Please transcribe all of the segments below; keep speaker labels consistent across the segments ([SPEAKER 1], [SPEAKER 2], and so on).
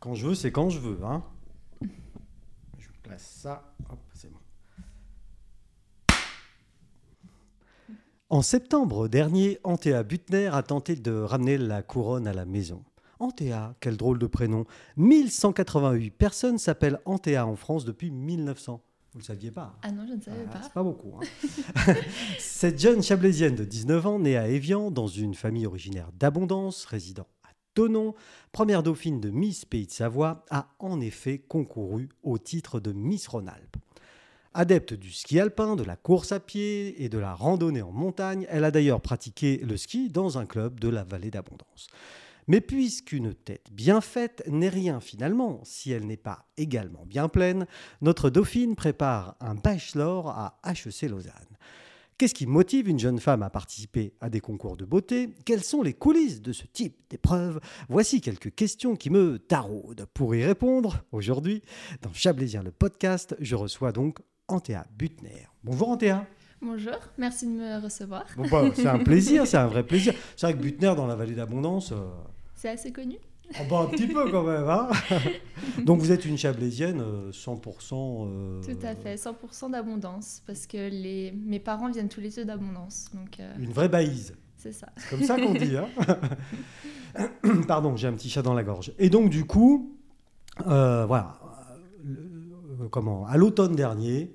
[SPEAKER 1] Quand je veux, c'est quand je veux. Hein. Je place ça. Hop, c'est bon. En septembre dernier, Antea Butner a tenté de ramener la couronne à la maison. Antea, quel drôle de prénom. 1188 personnes s'appellent Antea en France depuis 1900. Vous ne le saviez pas
[SPEAKER 2] Ah non, je ne savais
[SPEAKER 1] Ah,
[SPEAKER 2] pas.
[SPEAKER 1] C'est pas beaucoup. hein. Cette jeune Chablaisienne de 19 ans, née à Évian, dans une famille originaire d'Abondance, résidant à Tonon, première dauphine de Miss Pays de Savoie, a en effet concouru au titre de Miss Rhône-Alpes. Adepte du ski alpin, de la course à pied et de la randonnée en montagne, elle a d'ailleurs pratiqué le ski dans un club de la vallée d'Abondance. Mais puisqu'une tête bien faite n'est rien finalement, si elle n'est pas également bien pleine, notre dauphine prépare un bachelor à HEC Lausanne. Qu'est-ce qui motive une jeune femme à participer à des concours de beauté Quelles sont les coulisses de ce type d'épreuve Voici quelques questions qui me taraudent. Pour y répondre, aujourd'hui, dans Chablaisien le podcast, je reçois donc Antea Butner. Bonjour Antea
[SPEAKER 2] Bonjour, merci de me recevoir.
[SPEAKER 1] Bon, bah, C'est un plaisir, c'est un vrai plaisir. C'est vrai que Butner dans la vallée d'abondance, euh,
[SPEAKER 2] C'est assez connu
[SPEAKER 1] oh, bah, un petit peu quand même. hein donc vous êtes une Chablaisienne euh, 100%... euh,
[SPEAKER 2] Tout à fait, 100% d'abondance, parce que les... mes parents viennent tous les deux d'abondance, donc euh,
[SPEAKER 1] Une vraie baïse.
[SPEAKER 2] c'est ça.
[SPEAKER 1] C'est comme ça qu'on dit. hein. Pardon, j'ai un petit chat dans la gorge. Et donc, du coup, euh, voilà. Le- euh, comment À l'automne dernier,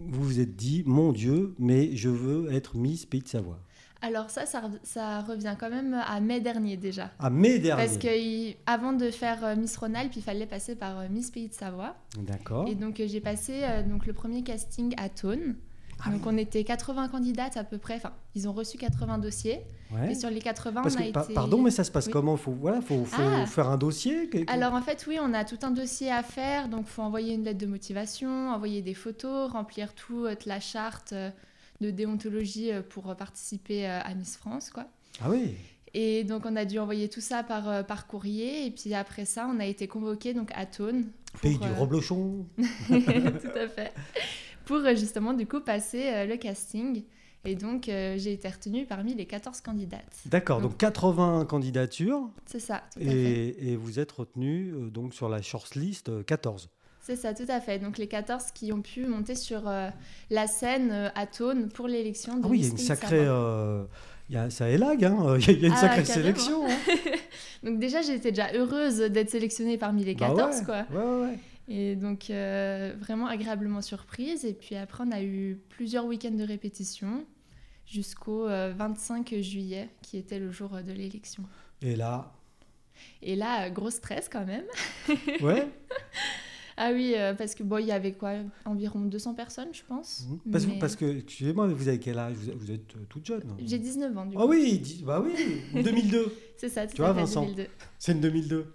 [SPEAKER 1] vous vous êtes dit Mon Dieu, mais je veux être Miss Pays de Savoie.
[SPEAKER 2] Alors ça, ça, rev- ça revient quand même à mai dernier déjà.
[SPEAKER 1] À mai dernier.
[SPEAKER 2] Parce que il- avant de faire euh, Miss Rhône-Alpes, il fallait passer par euh, Miss Pays de Savoie.
[SPEAKER 1] D'accord.
[SPEAKER 2] Et donc euh, j'ai passé euh, donc, le premier casting à Tône.
[SPEAKER 1] Ah
[SPEAKER 2] donc on était 80 candidates à peu près, enfin ils ont reçu 80 dossiers.
[SPEAKER 1] Ouais.
[SPEAKER 2] Et sur les 80,
[SPEAKER 1] Parce
[SPEAKER 2] on a
[SPEAKER 1] que, pa-
[SPEAKER 2] été...
[SPEAKER 1] Pardon, mais ça se passe
[SPEAKER 2] Oui.
[SPEAKER 1] comment faut, Voilà, faut, faut
[SPEAKER 2] Ah.
[SPEAKER 1] faire un dossier que- que-
[SPEAKER 2] Alors en fait, oui, on a tout un dossier à faire, donc faut envoyer une lettre de motivation, envoyer des photos, remplir toute la charte euh, de déontologie euh, pour euh, participer euh, à Miss France, quoi.
[SPEAKER 1] Ah oui
[SPEAKER 2] Et donc on a dû envoyer tout ça par, euh, par courrier, et puis après ça, on a été convoqué donc à Tône. pour,
[SPEAKER 1] Pays du
[SPEAKER 2] euh,
[SPEAKER 1] reblochon
[SPEAKER 2] tout à fait. Pour euh, justement du coup passer euh, le casting. Et donc euh, j'ai été retenue parmi les 14 candidates.
[SPEAKER 1] D'accord, donc 80 candidatures
[SPEAKER 2] C'est ça, Mm. tout à fait.
[SPEAKER 1] et, et vous êtes retenu euh, donc sur la shortlist euh, 14.
[SPEAKER 2] C'est ça, tout à fait. Donc les 14 qui ont pu monter sur euh, la scène euh, à Tône pour l'élection de
[SPEAKER 1] Ah oui, il y a
[SPEAKER 2] Miss
[SPEAKER 1] une
[SPEAKER 2] Pays de
[SPEAKER 1] sacrée.
[SPEAKER 2] Savoie.
[SPEAKER 1] euh, il y a, ça élague, hein, il y a- il y a une
[SPEAKER 2] Ah,
[SPEAKER 1] sacrée
[SPEAKER 2] carrément.
[SPEAKER 1] sélection. hein.
[SPEAKER 2] Donc déjà, j'étais déjà heureuse d'être sélectionnée parmi les
[SPEAKER 1] Bah
[SPEAKER 2] 14,
[SPEAKER 1] ouais,
[SPEAKER 2] quoi.
[SPEAKER 1] ouais, ouais, ouais.
[SPEAKER 2] Et donc euh, vraiment agréablement surprise. Et puis après, on a eu plusieurs week-ends de répétition jusqu'au euh, 25 juillet, qui était le jour euh, de l'élection.
[SPEAKER 1] Et là,
[SPEAKER 2] Et là, euh, gros stress quand même.
[SPEAKER 1] ouais.
[SPEAKER 2] Ah oui, euh, parce que bon, il y avait quoi Environ 200 personnes, je pense.
[SPEAKER 1] mhm. parce, que-
[SPEAKER 2] Mais-
[SPEAKER 1] parce que, excusez-moi, mais vous avez quel âge vous, êtes- vous êtes euh, toute jeune.
[SPEAKER 2] J'ai 19 ans, du
[SPEAKER 1] Ah
[SPEAKER 2] coup.
[SPEAKER 1] oui, dix- bah oui, 2002.
[SPEAKER 2] C'est ça, tout
[SPEAKER 1] Tu
[SPEAKER 2] à
[SPEAKER 1] vois,
[SPEAKER 2] fait,
[SPEAKER 1] Vincent
[SPEAKER 2] 2002.
[SPEAKER 1] C'est une 2002.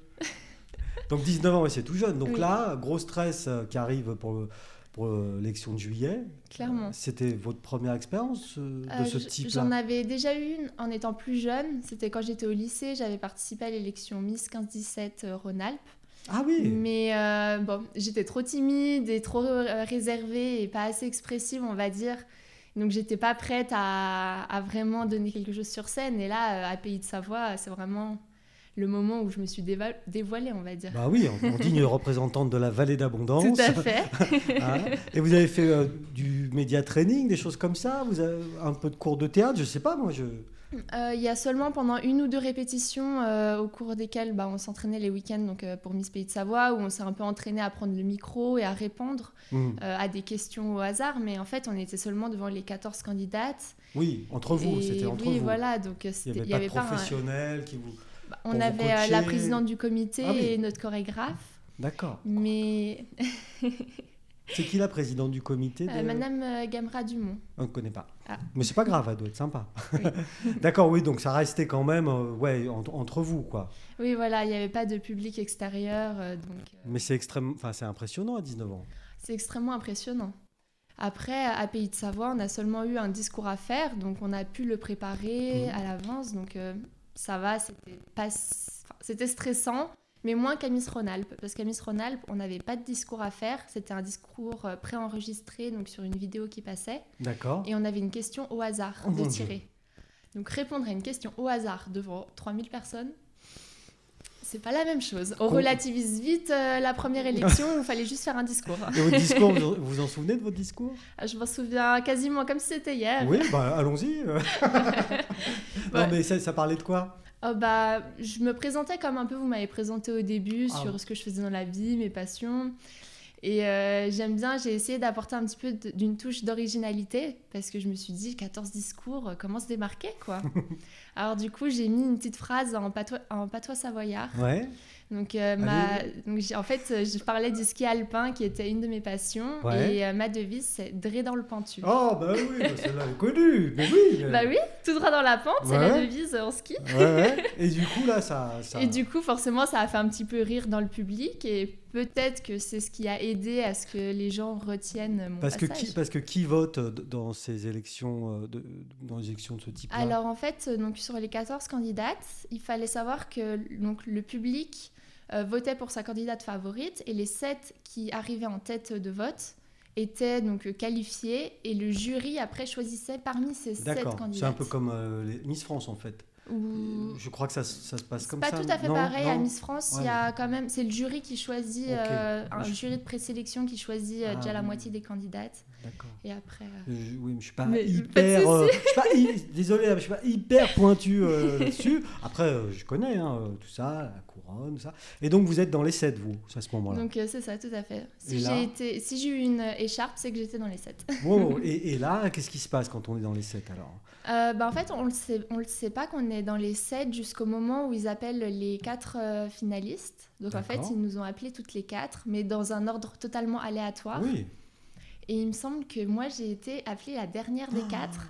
[SPEAKER 1] Donc 19 ans, ouais, c'est tout jeune. Donc
[SPEAKER 2] Oui.
[SPEAKER 1] là, gros stress euh, qui arrive pour le- Pour euh, l'élection de juillet, Euh,
[SPEAKER 2] Clairement.
[SPEAKER 1] c'était votre première expérience euh, de
[SPEAKER 2] Euh,
[SPEAKER 1] ce
[SPEAKER 2] j-
[SPEAKER 1] type-là.
[SPEAKER 2] J'en avais déjà eu une en étant plus jeune. C'était quand j'étais au lycée. J'avais participé à l'élection Miss 15-17 euh, Rhône-Alpes.
[SPEAKER 1] Ah oui,
[SPEAKER 2] Mais euh, bon, j'étais trop timide et trop euh, réservée et pas assez expressive, on va dire. Donc j'étais pas prête à, à vraiment donner quelque chose sur scène. Et là, euh, à Pays de Savoie, c'est vraiment le moment où je me suis déva- dévoilée, on va dire.
[SPEAKER 1] bah oui, en, en digne représentante de la vallée d'abondance.
[SPEAKER 2] Tout à fait.
[SPEAKER 1] Hein et vous avez fait euh, du média training, des choses comme ça Vous avez un peu de cours de théâtre Je sais pas, moi, je...
[SPEAKER 2] Euh, Il y a seulement pendant une ou deux répétitions euh, au cours desquelles bah, on s'entraînait les week-ends donc, euh, pour Miss Pays de Savoie, où on s'est un peu entraîné à prendre le micro et à répondre
[SPEAKER 1] Hmm.
[SPEAKER 2] euh, à des questions au hasard. Mais en fait, on était seulement devant les 14 candidates.
[SPEAKER 1] Oui, entre vous,
[SPEAKER 2] Et
[SPEAKER 1] c'était entre
[SPEAKER 2] oui,
[SPEAKER 1] vous.
[SPEAKER 2] voilà, donc euh,
[SPEAKER 1] Il
[SPEAKER 2] c'était-
[SPEAKER 1] n'y avait, pas de
[SPEAKER 2] un-
[SPEAKER 1] professionnel qui vous...
[SPEAKER 2] bah,
[SPEAKER 1] pour
[SPEAKER 2] on
[SPEAKER 1] vous
[SPEAKER 2] avait euh, la
[SPEAKER 1] coacher.
[SPEAKER 2] présidente du comité
[SPEAKER 1] Ah oui.
[SPEAKER 2] et notre chorégraphe.
[SPEAKER 1] D'accord.
[SPEAKER 2] Mais
[SPEAKER 1] C'est qui la présidente du comité de-
[SPEAKER 2] euh, Madame euh, Gamera Dumont.
[SPEAKER 1] On ne connaît pas.
[SPEAKER 2] Ah.
[SPEAKER 1] Mais c'est pas grave, elle doit être sympa. D'accord, oui, donc ça restait quand même euh, ouais, en- entre vous, quoi.
[SPEAKER 2] Oui, voilà, il n'y avait pas de public extérieur, euh, donc euh,
[SPEAKER 1] Mais c'est extrême... enfin, c'est impressionnant à 19 ans.
[SPEAKER 2] C'est extrêmement impressionnant. Après, à Pays de Savoie, on a seulement eu un discours à faire, donc on a pu le préparer
[SPEAKER 1] Mhm.
[SPEAKER 2] à l'avance, donc euh, ça va, c'était pas... s- enfin, c'était stressant, mais moins qu'à Miss Rhône-Alpes, parce qu'à Miss Rhône-Alpes, on n'avait pas de discours à faire, c'était un discours euh, préenregistré, donc sur une vidéo qui passait,
[SPEAKER 1] D'accord.
[SPEAKER 2] et on avait une question au hasard
[SPEAKER 1] Oh mon
[SPEAKER 2] de
[SPEAKER 1] Dieu.
[SPEAKER 2] tirer. Donc répondre à une question au hasard devant 3000 personnes, c'est pas la même chose. On relativise vite euh, la première élection où il fallait juste faire un discours.
[SPEAKER 1] Et votre discours, vous vous en souvenez de votre discours
[SPEAKER 2] Je m'en souviens quasiment comme si c'était hier.
[SPEAKER 1] Oui, bah allons-y.
[SPEAKER 2] Bah.
[SPEAKER 1] non, mais ça, ça parlait de quoi
[SPEAKER 2] Oh bah, je me présentais comme un peu vous m'avez présenté au début
[SPEAKER 1] Ah.
[SPEAKER 2] sur ce que je faisais dans la vie, mes passions. Et euh, j'aime bien, j'ai essayé d'apporter un petit peu de- d'une touche d'originalité parce que je me suis dit 14 discours, euh, comment se démarquer quoi Alors du coup, j'ai mis une petite phrase en patois, en patois savoyard.
[SPEAKER 1] Ouais.
[SPEAKER 2] Donc, euh, ma... donc j'ai- en fait, euh, je parlais du ski alpin qui était une de mes passions
[SPEAKER 1] Ouais.
[SPEAKER 2] et euh, ma devise c'est dré dans le pentu.
[SPEAKER 1] Oh, bah oui, bah, celle-là elle est connue. Mais oui. mais-
[SPEAKER 2] Bah oui, tout droit dans la pente, c'est la
[SPEAKER 1] Ouais.
[SPEAKER 2] devise euh, en ski.
[SPEAKER 1] Ouais, ouais. Et du coup, là, ça. ça...
[SPEAKER 2] Et du coup, forcément, ça a fait un petit peu rire dans le public et peut-être que c'est ce qui a aidé à ce que les gens retiennent mon
[SPEAKER 1] Parce que,
[SPEAKER 2] passage.
[SPEAKER 1] qui, parce que qui vote euh, d- dans ces élections, euh, de, dans les élections de ce type-là
[SPEAKER 2] Alors en fait, euh, donc sur les 14 candidates, il fallait savoir que donc le public euh, votait pour sa candidate favorite et les 7 qui arrivaient en tête de vote étaient donc euh, qualifiés et le jury après choisissait parmi ces 7
[SPEAKER 1] D'accord.
[SPEAKER 2] candidates.
[SPEAKER 1] C'est un peu comme euh, les Miss France, en fait. Euh,
[SPEAKER 2] Ou-
[SPEAKER 1] Je crois que ça, s- ça se passe
[SPEAKER 2] C'est
[SPEAKER 1] comme
[SPEAKER 2] pas
[SPEAKER 1] ça.
[SPEAKER 2] tout à fait
[SPEAKER 1] non
[SPEAKER 2] pareil à
[SPEAKER 1] Non
[SPEAKER 2] Miss France.
[SPEAKER 1] Ouais, bah,
[SPEAKER 2] il y a quand même, c'est le jury qui choisit, euh, un
[SPEAKER 1] Je-
[SPEAKER 2] jury de présélection qui choisit euh,
[SPEAKER 1] Ah,
[SPEAKER 2] déjà la
[SPEAKER 1] oui.
[SPEAKER 2] moitié des candidates.
[SPEAKER 1] D'accord.
[SPEAKER 2] Et après, euh,
[SPEAKER 1] Je- oui, mais je suis pas
[SPEAKER 2] Mais pas de
[SPEAKER 1] hyper.
[SPEAKER 2] souci.
[SPEAKER 1] euh, je suis pas hy- désolé, hein, mais je suis pas hyper pointu euh, là-dessus. Après, euh, je connais hein, euh, tout ça, la couronne, tout ça. Et donc, vous êtes dans les 7, vous, à ce moment-là.
[SPEAKER 2] donc euh, c'est ça, tout à fait.
[SPEAKER 1] Et
[SPEAKER 2] Si
[SPEAKER 1] là
[SPEAKER 2] j'ai été, si j'ai eu une euh, écharpe, c'est que j'étais dans les 7
[SPEAKER 1] Wow, et, et là, qu'est-ce qui se passe quand on est dans les 7 alors
[SPEAKER 2] Euh, bah, en fait, on le sait, on le sait pas qu'on est dans les 7 jusqu'au moment où ils appellent les quatre euh, finalistes. Donc en fait,
[SPEAKER 1] D'accord.
[SPEAKER 2] ils nous ont appelés toutes les quatre, mais dans un ordre totalement aléatoire.
[SPEAKER 1] Oui.
[SPEAKER 2] Et il me semble que moi, j'ai été appelée la dernière des quatre.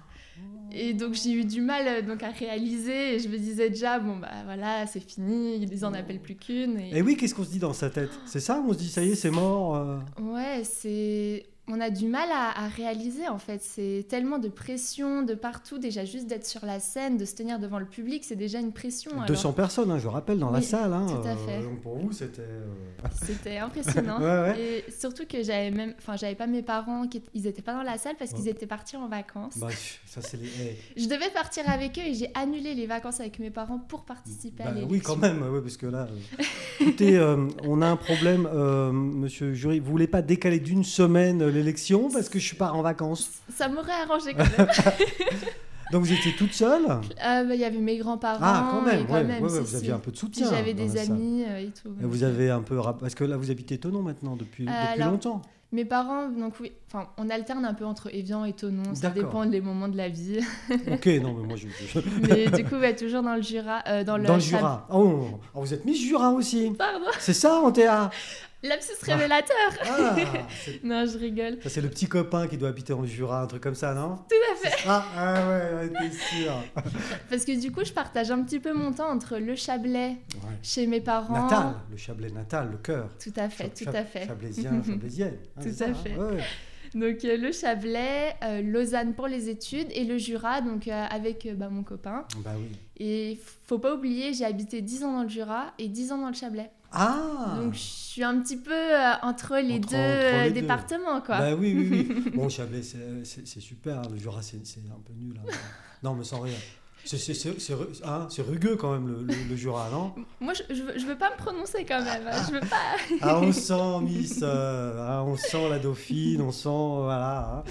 [SPEAKER 2] Et donc, j'ai eu du mal euh, donc, à réaliser. Et je me disais déjà, bon, bah voilà, c'est fini, ils en appellent plus qu'une. Et...
[SPEAKER 1] Et oui, qu'est-ce qu'on se dit dans sa tête C'est ça On se dit, ça y est, c'est mort euh,
[SPEAKER 2] Ouais, c'est. On a du mal à, à réaliser en fait. C'est tellement de pression de partout. Déjà, juste d'être sur la scène, de se tenir devant le public, c'est déjà une pression. alors.
[SPEAKER 1] 200 personnes, hein, je rappelle, dans la
[SPEAKER 2] Oui,
[SPEAKER 1] salle. hein,
[SPEAKER 2] tout à
[SPEAKER 1] euh,
[SPEAKER 2] fait.
[SPEAKER 1] donc pour vous, c'était. euh,
[SPEAKER 2] C'était impressionnant.
[SPEAKER 1] Ouais,
[SPEAKER 2] Et surtout que j'avais même. Enfin, j'avais pas mes parents, qui... étaient- ils étaient pas dans la salle parce qu'ils
[SPEAKER 1] Ouais.
[SPEAKER 2] étaient partis en vacances.
[SPEAKER 1] Bah, ça, c'est les. eh,
[SPEAKER 2] Je devais partir avec eux et j'ai annulé les vacances avec mes parents pour participer à
[SPEAKER 1] Bah
[SPEAKER 2] l'élection.
[SPEAKER 1] oui, quand même, ouais, parce que là, euh, écoutez, euh, on a un problème, euh, monsieur le jury. Vous voulez pas décaler d'une semaine euh, l'élection parce que je pars en vacances
[SPEAKER 2] Ça m'aurait arrangé quand même.
[SPEAKER 1] Donc vous étiez toute seule
[SPEAKER 2] Euh, bah, Il y avait mes grands-parents.
[SPEAKER 1] Ah, quand
[SPEAKER 2] et
[SPEAKER 1] même,
[SPEAKER 2] quand
[SPEAKER 1] ouais,
[SPEAKER 2] même,
[SPEAKER 1] ouais, ouais,
[SPEAKER 2] si,
[SPEAKER 1] vous
[SPEAKER 2] si.
[SPEAKER 1] aviez un peu de
[SPEAKER 2] Puis
[SPEAKER 1] soutien.
[SPEAKER 2] J'avais
[SPEAKER 1] dans
[SPEAKER 2] des
[SPEAKER 1] la salle.
[SPEAKER 2] amis euh, et tout.
[SPEAKER 1] Et Vous avez un peu. rap- Parce que là, vous habitez Tonon maintenant, depuis,
[SPEAKER 2] Euh,
[SPEAKER 1] depuis
[SPEAKER 2] alors,
[SPEAKER 1] longtemps.
[SPEAKER 2] Mes parents, donc oui, enfin, on alterne un peu entre Evian et Tonon, ça
[SPEAKER 1] D'accord.
[SPEAKER 2] dépend des moments de la vie.
[SPEAKER 1] Ok, non, mais moi, je. je-
[SPEAKER 2] Mais du coup, ouais, toujours dans le Jura. euh, dans le,
[SPEAKER 1] Dans le
[SPEAKER 2] Chab-
[SPEAKER 1] Jura. Oh, oh, vous êtes Miss Jura aussi.
[SPEAKER 2] Pardon,
[SPEAKER 1] C'est ça, Antea
[SPEAKER 2] lapsus révélateur.
[SPEAKER 1] Ah, c'est-
[SPEAKER 2] Non, je rigole.
[SPEAKER 1] ça, c'est le petit copain qui doit habiter en Jura, un truc comme ça, non
[SPEAKER 2] Tout à fait.
[SPEAKER 1] Ah, ah ouais, ouais, t'es sûr.
[SPEAKER 2] Parce que du coup, je partage un petit peu mon temps entre le Chablais
[SPEAKER 1] Ouais.
[SPEAKER 2] chez mes parents.
[SPEAKER 1] Natal, le Chablais natal, le cœur.
[SPEAKER 2] Tout à fait,
[SPEAKER 1] Chab-
[SPEAKER 2] Oh. tout à fait.
[SPEAKER 1] Chablaisien, Chablaisienne. hein,
[SPEAKER 2] Tout
[SPEAKER 1] c'est ça,
[SPEAKER 2] à
[SPEAKER 1] hein,
[SPEAKER 2] fait.
[SPEAKER 1] ouais, ouais.
[SPEAKER 2] Donc euh, le Chablais, euh, Lausanne pour les études et le Jura donc euh, avec euh, bah, mon copain.
[SPEAKER 1] Bah oui.
[SPEAKER 2] Et faut pas oublier, j'ai habité 10 ans dans le Jura et 10 ans dans le Chablais.
[SPEAKER 1] Ah
[SPEAKER 2] Donc je suis un petit peu euh, entre les
[SPEAKER 1] Entre- entre les
[SPEAKER 2] deux euh,
[SPEAKER 1] deux.
[SPEAKER 2] départements quoi.
[SPEAKER 1] Bah oui, oui, oui. bon, Chablais, c'est c'est- c'est super. hein, Le Jura, c'est c'est un peu nul. hein. Non, mais sans rien. C'est c'est- c'est- c'est ru- hein, c'est rugueux quand même, le, le- le Jura, non
[SPEAKER 2] Moi je, je, veux- je veux pas me prononcer quand même. hein. Je veux pas.
[SPEAKER 1] Ah, on sent Miss, euh, ah, on sent la Dauphine, on sent. Voilà. hein.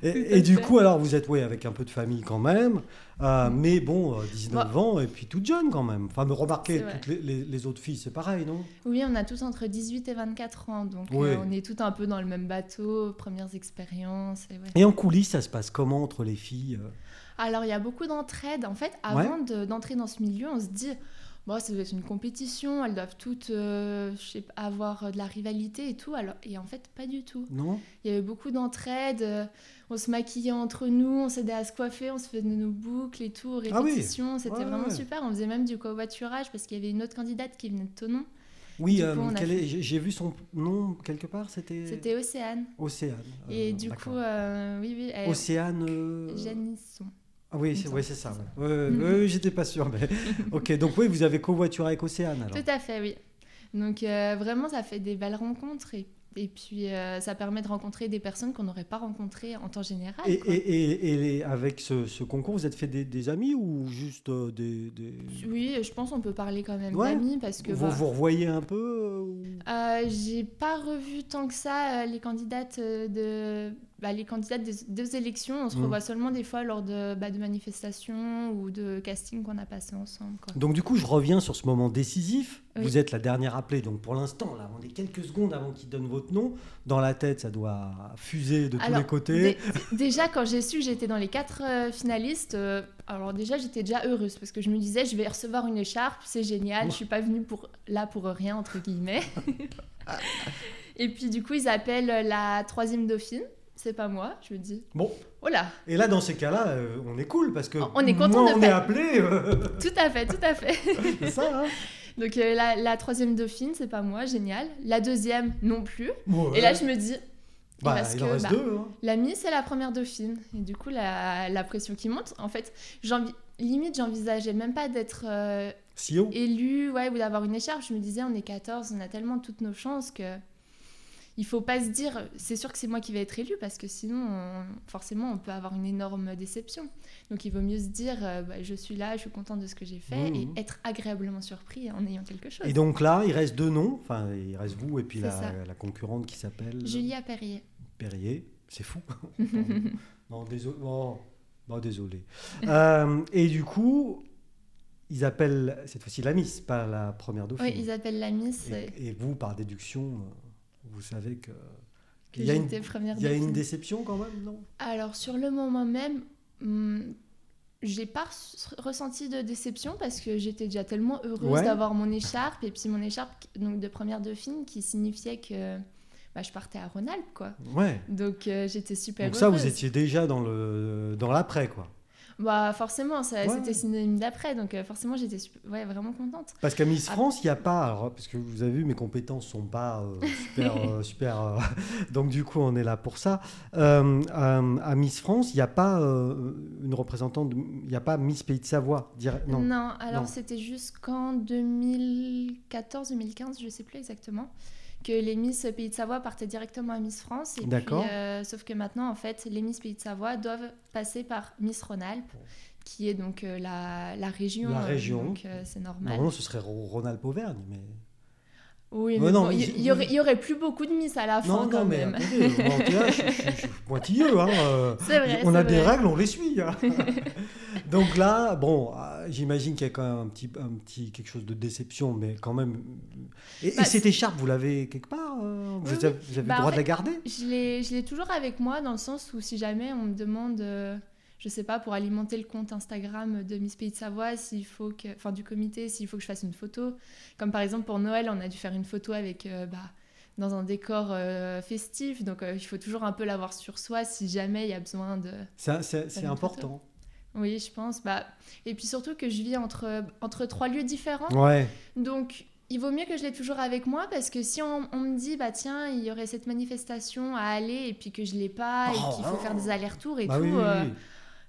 [SPEAKER 2] Tout
[SPEAKER 1] Et,
[SPEAKER 2] à
[SPEAKER 1] et du
[SPEAKER 2] fait. Mm.
[SPEAKER 1] coup, alors, vous êtes, oui, avec un peu de famille quand même, euh, mais bon, euh, 19 ans, et puis toute jeune quand même. Enfin, me remarquez,
[SPEAKER 2] C'est vrai.
[SPEAKER 1] toutes les, les- les autres filles, c'est pareil, non
[SPEAKER 2] Oui, on a tous entre 18 et 24 ans donc
[SPEAKER 1] Oui.
[SPEAKER 2] euh, on est tous un peu dans le même bateau, premières expériences et ouais.
[SPEAKER 1] Et en coulisses, ça se passe comment entre les filles euh
[SPEAKER 2] Alors, il y a beaucoup d'entraide. En fait, avant de- d'entrer dans ce milieu, on se dit, bon, ça doit être une compétition, elles doivent toutes euh, je sais pas, avoir euh, de la rivalité et tout. Alors, et en fait, pas du tout.
[SPEAKER 1] Non
[SPEAKER 2] Il y avait beaucoup d'entraide. euh, on se maquillait entre nous, on s'aidait à se coiffer, on se faisait nos boucles et tout, aux
[SPEAKER 1] Ah oui.
[SPEAKER 2] répétitions. C'était
[SPEAKER 1] Ouais,
[SPEAKER 2] vraiment
[SPEAKER 1] ouais.
[SPEAKER 2] super. On faisait même du covoiturage parce qu'il y avait une autre candidate qui venait de Tonon.
[SPEAKER 1] Oui,
[SPEAKER 2] Du coup,
[SPEAKER 1] euh,
[SPEAKER 2] on a
[SPEAKER 1] quel est- j'ai j'ai vu son nom quelque part, c'était.
[SPEAKER 2] C'était Océane.
[SPEAKER 1] Océane.
[SPEAKER 2] Et
[SPEAKER 1] euh,
[SPEAKER 2] du
[SPEAKER 1] d'accord.
[SPEAKER 2] coup, euh, oui, oui. elle-
[SPEAKER 1] Océane. euh,
[SPEAKER 2] Janisson.
[SPEAKER 1] Ah oui, c'est
[SPEAKER 2] il me
[SPEAKER 1] ouais, c'est ça. ouais. Ouais, ouais, ouais, j'étais pas sûr. Mais... ok, donc oui, vous avez covoituré avec Océane alors.
[SPEAKER 2] Tout à fait, oui. Donc euh, vraiment, ça fait des belles rencontres. Et, Et puis, euh, ça permet de rencontrer des personnes qu'on n'aurait pas rencontrées en temps général.
[SPEAKER 1] Et,
[SPEAKER 2] quoi.
[SPEAKER 1] et- et- et les- avec ce, ce concours, vous êtes fait des, des amis ou juste euh, des... des-
[SPEAKER 2] Oui, je pense qu'on peut parler quand même
[SPEAKER 1] Ouais.
[SPEAKER 2] d'amis parce que.
[SPEAKER 1] vous
[SPEAKER 2] bah,
[SPEAKER 1] vous revoyez un peu euh, ou-
[SPEAKER 2] Euh, j'ai pas revu tant que ça euh, les candidates euh, de bah, les candidates des deux élections. On se
[SPEAKER 1] Mm.
[SPEAKER 2] revoit seulement des fois lors de, bah, de manifestations ou de castings qu'on a passé ensemble. quoi.
[SPEAKER 1] Donc du coup, je reviens sur ce moment décisif.
[SPEAKER 2] Oui.
[SPEAKER 1] Vous êtes la dernière appelée, donc pour l'instant, là, on est quelques secondes avant qu'il donne votre nom. Dans la tête, ça doit fuser de tous
[SPEAKER 2] Alors,
[SPEAKER 1] les côtés.
[SPEAKER 2] dé- déjà, quand j'ai su que j'étais dans les quatre euh, finalistes, euh, alors déjà, j'étais déjà heureuse parce que je me disais, je vais recevoir une écharpe, c'est génial,
[SPEAKER 1] Ouais.
[SPEAKER 2] je suis pas venue pour, là pour rien, entre guillemets. Et puis, du coup, ils appellent la troisième dauphine, c'est pas moi, je me dis,
[SPEAKER 1] Bon,
[SPEAKER 2] oh là,
[SPEAKER 1] et là, dans ces cas-là, euh, on est cool parce que...
[SPEAKER 2] On est content
[SPEAKER 1] moins
[SPEAKER 2] de
[SPEAKER 1] on est
[SPEAKER 2] faire.
[SPEAKER 1] appelé. euh,
[SPEAKER 2] tout à fait, tout à fait.
[SPEAKER 1] c'est ça, hein
[SPEAKER 2] Donc euh, la, la troisième dauphine, c'est pas moi, génial. La deuxième, non plus.
[SPEAKER 1] Ouais.
[SPEAKER 2] Et là, je me dis,
[SPEAKER 1] Bah,
[SPEAKER 2] parce
[SPEAKER 1] il en
[SPEAKER 2] que,
[SPEAKER 1] reste
[SPEAKER 2] bah,
[SPEAKER 1] deux. hein.
[SPEAKER 2] l'ami, c'est la première dauphine. Et du coup, la, la pression qui monte, en fait, j'envi- limite, j'envisageais même pas d'être euh,
[SPEAKER 1] CEO.
[SPEAKER 2] élue ouais, ou d'avoir une écharpe. Je me disais, on est 14, on a tellement toutes nos chances que... Il faut pas se dire, c'est sûr que c'est moi qui vais être élue, parce que sinon, on- forcément, on peut avoir une énorme déception. Donc, il vaut mieux se dire, euh, bah, je suis là, je suis contente de ce que j'ai fait,
[SPEAKER 1] Mhm.
[SPEAKER 2] et être agréablement surpris en ayant quelque chose.
[SPEAKER 1] Et donc là, il reste deux noms. Enfin, il reste vous et puis
[SPEAKER 2] C'est
[SPEAKER 1] la,
[SPEAKER 2] ça.
[SPEAKER 1] la concurrente qui s'appelle
[SPEAKER 2] Julia Perrier.
[SPEAKER 1] Perrier. C'est fou. non, désolé. Bon, bon, désolé. Euh, et du coup, ils appellent cette fois-ci la Miss, pas la première dauphine.
[SPEAKER 2] Oui, ils appellent la Miss. euh,
[SPEAKER 1] et, et vous, par déduction, euh, vous savez que
[SPEAKER 2] Que
[SPEAKER 1] il y a une,
[SPEAKER 2] j'étais première
[SPEAKER 1] il y a une
[SPEAKER 2] dauphine.
[SPEAKER 1] déception quand même, non
[SPEAKER 2] Alors, sur le moment même, hmm, j'ai pas res- ressenti de déception parce que j'étais déjà tellement heureuse
[SPEAKER 1] Ouais.
[SPEAKER 2] d'avoir mon écharpe et puis mon écharpe donc, de première dauphine qui signifiait que bah, je partais à Rhône-Alpes, quoi.
[SPEAKER 1] Ouais.
[SPEAKER 2] Donc, euh, j'étais super
[SPEAKER 1] Donc
[SPEAKER 2] heureuse.
[SPEAKER 1] ça, vous étiez déjà dans le dans l'après, quoi.
[SPEAKER 2] Bah, forcément, ça-
[SPEAKER 1] Ouais.
[SPEAKER 2] c'était synonyme d'après. Donc, euh, forcément, j'étais sup- ouais, vraiment contente.
[SPEAKER 1] Parce qu'à Miss
[SPEAKER 2] Ah.
[SPEAKER 1] France, il n'y a pas. alors, parce que vous avez vu, mes compétences sont pas euh, super. euh, super euh, donc, du coup, on est là pour ça. Euh, euh, à Miss France, il n'y a pas euh, une représentante. de- Il n'y a pas Miss Pays de Savoie. dire- non.
[SPEAKER 2] alors
[SPEAKER 1] non.
[SPEAKER 2] c'était jusqu'en 2014-2015, je sais plus exactement, que les Miss Pays de Savoie partaient directement à Miss France. Et puis,
[SPEAKER 1] D'accord.
[SPEAKER 2] euh, sauf que maintenant, en fait, les Miss Pays de Savoie doivent passer par Miss Rhône-Alpes, qui est donc euh, la, la région.
[SPEAKER 1] La
[SPEAKER 2] euh,
[SPEAKER 1] région.
[SPEAKER 2] Donc euh, c'est normal.
[SPEAKER 1] Normalement, ce serait Ronald Pauvergne. Mais...
[SPEAKER 2] Oui,
[SPEAKER 1] Ouais,
[SPEAKER 2] mais
[SPEAKER 1] non,
[SPEAKER 2] bon,
[SPEAKER 1] mais
[SPEAKER 2] il
[SPEAKER 1] ils-
[SPEAKER 2] il y, aurait, il y aurait plus beaucoup de Miss à la fin quand
[SPEAKER 1] mais
[SPEAKER 2] même.
[SPEAKER 1] attendez, moi, en théâtre, je, je- je suis pointilleux. hein, euh,
[SPEAKER 2] C'est vrai.
[SPEAKER 1] on a
[SPEAKER 2] c'est
[SPEAKER 1] des
[SPEAKER 2] vrai.
[SPEAKER 1] règles, on les suit. hein. Donc là, bon, euh, j'imagine qu'il y a quand même un petit, un petit quelque chose de déception, mais quand même. Et, et
[SPEAKER 2] Bah,
[SPEAKER 1] cette écharpe, vous l'avez quelque part euh, Vous
[SPEAKER 2] Oui,
[SPEAKER 1] avez, vous avez
[SPEAKER 2] Bah,
[SPEAKER 1] le
[SPEAKER 2] en
[SPEAKER 1] droit de la
[SPEAKER 2] fait-
[SPEAKER 1] garder
[SPEAKER 2] Je l'ai, je l'ai toujours avec moi dans le sens où si jamais on me demande, euh, je sais pas, pour alimenter le compte Instagram de Miss Pays de Savoie, s'il faut que, enfin du comité, s'il faut que je fasse une photo. Comme par exemple pour Noël, on a dû faire une photo avec, euh, bah, dans un décor euh, festif, donc euh, il faut toujours un peu l'avoir sur soi si jamais il y a besoin de.
[SPEAKER 1] C'est- C'est c'est
[SPEAKER 2] une
[SPEAKER 1] important.
[SPEAKER 2] Oui, je pense. Bah, et puis surtout que je vis entre entre trois lieux différents.
[SPEAKER 1] Ouais.
[SPEAKER 2] Donc, il vaut mieux que je l'ai toujours avec moi parce que si on, on me dit, bah tiens, il y aurait cette manifestation à aller et puis que je l'ai pas et
[SPEAKER 1] Oh,
[SPEAKER 2] qu'il faut
[SPEAKER 1] oh.
[SPEAKER 2] faire des allers-retours et
[SPEAKER 1] Bah
[SPEAKER 2] tout,
[SPEAKER 1] oui, oui, oui.
[SPEAKER 2] euh,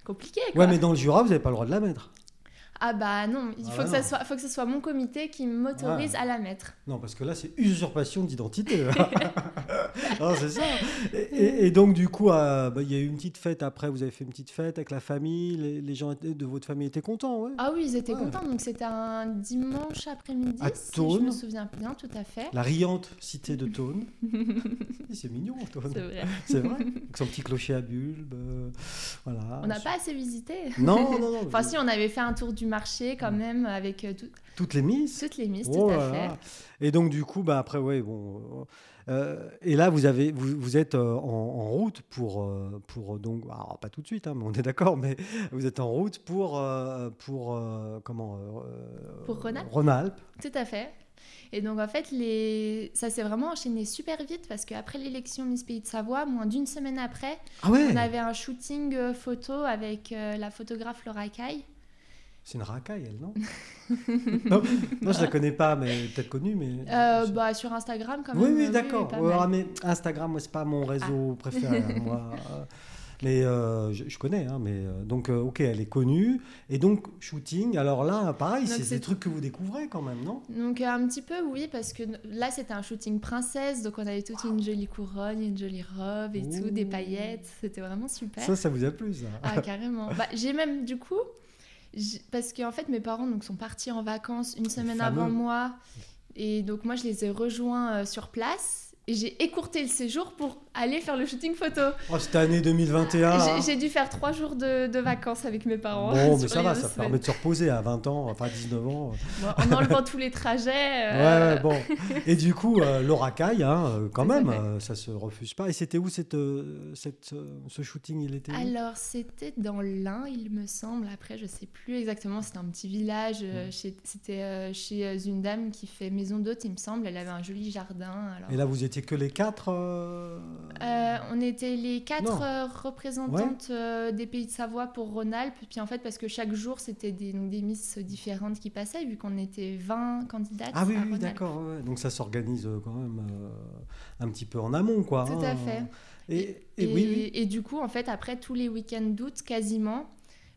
[SPEAKER 2] compliqué quoi.
[SPEAKER 1] Ouais, mais dans le Jura, vous n'avez pas le droit de la mettre.
[SPEAKER 2] Ah bah non, il
[SPEAKER 1] Ah
[SPEAKER 2] faut,
[SPEAKER 1] bah
[SPEAKER 2] que ça
[SPEAKER 1] non.
[SPEAKER 2] soit, faut que ce soit mon comité qui m'autorise
[SPEAKER 1] Ouais.
[SPEAKER 2] à la mettre.
[SPEAKER 1] Non, parce que là, c'est usurpation d'identité. Non, c'est ça. Et, et- et donc, du coup, euh, bah, il y a eu une petite fête après. Vous avez fait une petite fête avec la famille. Les, les gens étaient- de votre famille étaient contents, ouais.
[SPEAKER 2] Ah oui, ils étaient
[SPEAKER 1] Ouais.
[SPEAKER 2] contents, donc c'était un dimanche après-midi,
[SPEAKER 1] À
[SPEAKER 2] si je
[SPEAKER 1] Thônes.
[SPEAKER 2] me souviens bien, tout à fait.
[SPEAKER 1] La riante cité de Thônes. Et c'est mignon, Thônes.
[SPEAKER 2] C'est vrai.
[SPEAKER 1] C'est vrai. Avec son petit clocher à bulbe. euh, voilà.
[SPEAKER 2] On n'a pas assez visité.
[SPEAKER 1] Non, non, non.
[SPEAKER 2] Enfin si, on avait fait un tour du marché quand même avec euh, tout-
[SPEAKER 1] Toutes les misses.
[SPEAKER 2] toutes les miss,
[SPEAKER 1] Mm. Oh
[SPEAKER 2] tout à
[SPEAKER 1] là
[SPEAKER 2] fait.
[SPEAKER 1] là. Et donc du coup, bah après, ouais, bon. euh, et là, vous avez, vous, vous êtes euh, en, en route pour, euh, pour donc, alors, pas tout de suite, hein, mais on est d'accord, mais vous êtes en route pour, euh, pour euh, comment euh,
[SPEAKER 2] Pour Rhône-Alpes
[SPEAKER 1] Rhône-Alpes.
[SPEAKER 2] Tout à fait. Et donc en fait, les... ça s'est vraiment enchaîné super vite parce qu'après l'élection Miss Pays de Savoie, moins d'une semaine après,
[SPEAKER 1] Ah ouais.
[SPEAKER 2] on avait un shooting euh, photo avec euh, la photographe Laura euh, Caille.
[SPEAKER 1] C'est une racaille, elle, non non, non, je la connais pas, mais peut-être connue, mais.
[SPEAKER 2] Euh,
[SPEAKER 1] je-
[SPEAKER 2] bah, sur Instagram quand même.
[SPEAKER 1] oui,
[SPEAKER 2] euh,
[SPEAKER 1] oui, d'accord.
[SPEAKER 2] pas Ah.
[SPEAKER 1] Ouais,
[SPEAKER 2] mal.
[SPEAKER 1] mais Instagram, moi, c'est pas mon réseau préféré. hein, moi, Euh, Mais euh, je, je connais, hein, mais euh, donc euh, ok, elle est connue. Et donc shooting, alors là, pareil,
[SPEAKER 2] Donc,
[SPEAKER 1] c'est
[SPEAKER 2] c'est-
[SPEAKER 1] des trucs que vous découvrez quand même, non
[SPEAKER 2] Donc euh, un petit peu oui parce que là c'était un shooting princesse donc on avait toute une jolie couronne, une jolie robe et tout, des
[SPEAKER 1] Ouh.
[SPEAKER 2] paillettes, c'était vraiment super.
[SPEAKER 1] Ça, ça vous a plu, ça
[SPEAKER 2] Ah carrément. Bah, j'ai même du coup j'ai- parce qu'en fait mes parents donc sont partis en vacances une semaine
[SPEAKER 1] fameux.
[SPEAKER 2] avant moi et donc moi je les ai rejoints euh, sur place et j'ai écourté le séjour pour aller faire le shooting photo.
[SPEAKER 1] Oh, cette année 2021. hein.
[SPEAKER 2] J'ai- J'ai dû faire trois jours de, de vacances avec mes parents.
[SPEAKER 1] Bon, mais
[SPEAKER 2] sur
[SPEAKER 1] ça
[SPEAKER 2] les
[SPEAKER 1] va,
[SPEAKER 2] deux
[SPEAKER 1] ça
[SPEAKER 2] semaines.
[SPEAKER 1] permet de se reposer à 20 ans, enfin 19 ans.
[SPEAKER 2] Bon, en enlevant tous les trajets. euh,
[SPEAKER 1] Ouais, ouais, bon. Et du coup, euh, l'oracaille, hein, euh, quand
[SPEAKER 2] Tout à
[SPEAKER 1] même,
[SPEAKER 2] fait.
[SPEAKER 1] euh, ça se refuse pas. Et c'était où cette, euh, cette, euh, ce shooting Il était où
[SPEAKER 2] Alors, c'était dans l'Ain, il me semble. Après, je sais plus exactement. C'était un petit village. euh,
[SPEAKER 1] Hmm.
[SPEAKER 2] chez- C'était euh, chez euh, une dame qui fait maison d'hôte, il me semble. Elle avait un joli jardin. alors.
[SPEAKER 1] Et là, vous étiez que les quatre euh,
[SPEAKER 2] Euh, on était les
[SPEAKER 1] Non.
[SPEAKER 2] quatre euh, représentantes euh, des pays de Savoie pour Rhône-Alpes. Puis en fait, parce que chaque jour, c'était des, donc des misses différentes qui passaient, vu qu'on était 20 candidates.
[SPEAKER 1] Ah oui,
[SPEAKER 2] à
[SPEAKER 1] oui,
[SPEAKER 2] Rhône-Alpes.
[SPEAKER 1] d'accord. ouais, ouais. Donc ça s'organise euh, quand même euh, un petit peu en amont, quoi.
[SPEAKER 2] Tout à
[SPEAKER 1] hein.
[SPEAKER 2] fait.
[SPEAKER 1] Et, et oui, oui.
[SPEAKER 2] et du coup, en fait, après tous les week-ends d'août, quasiment,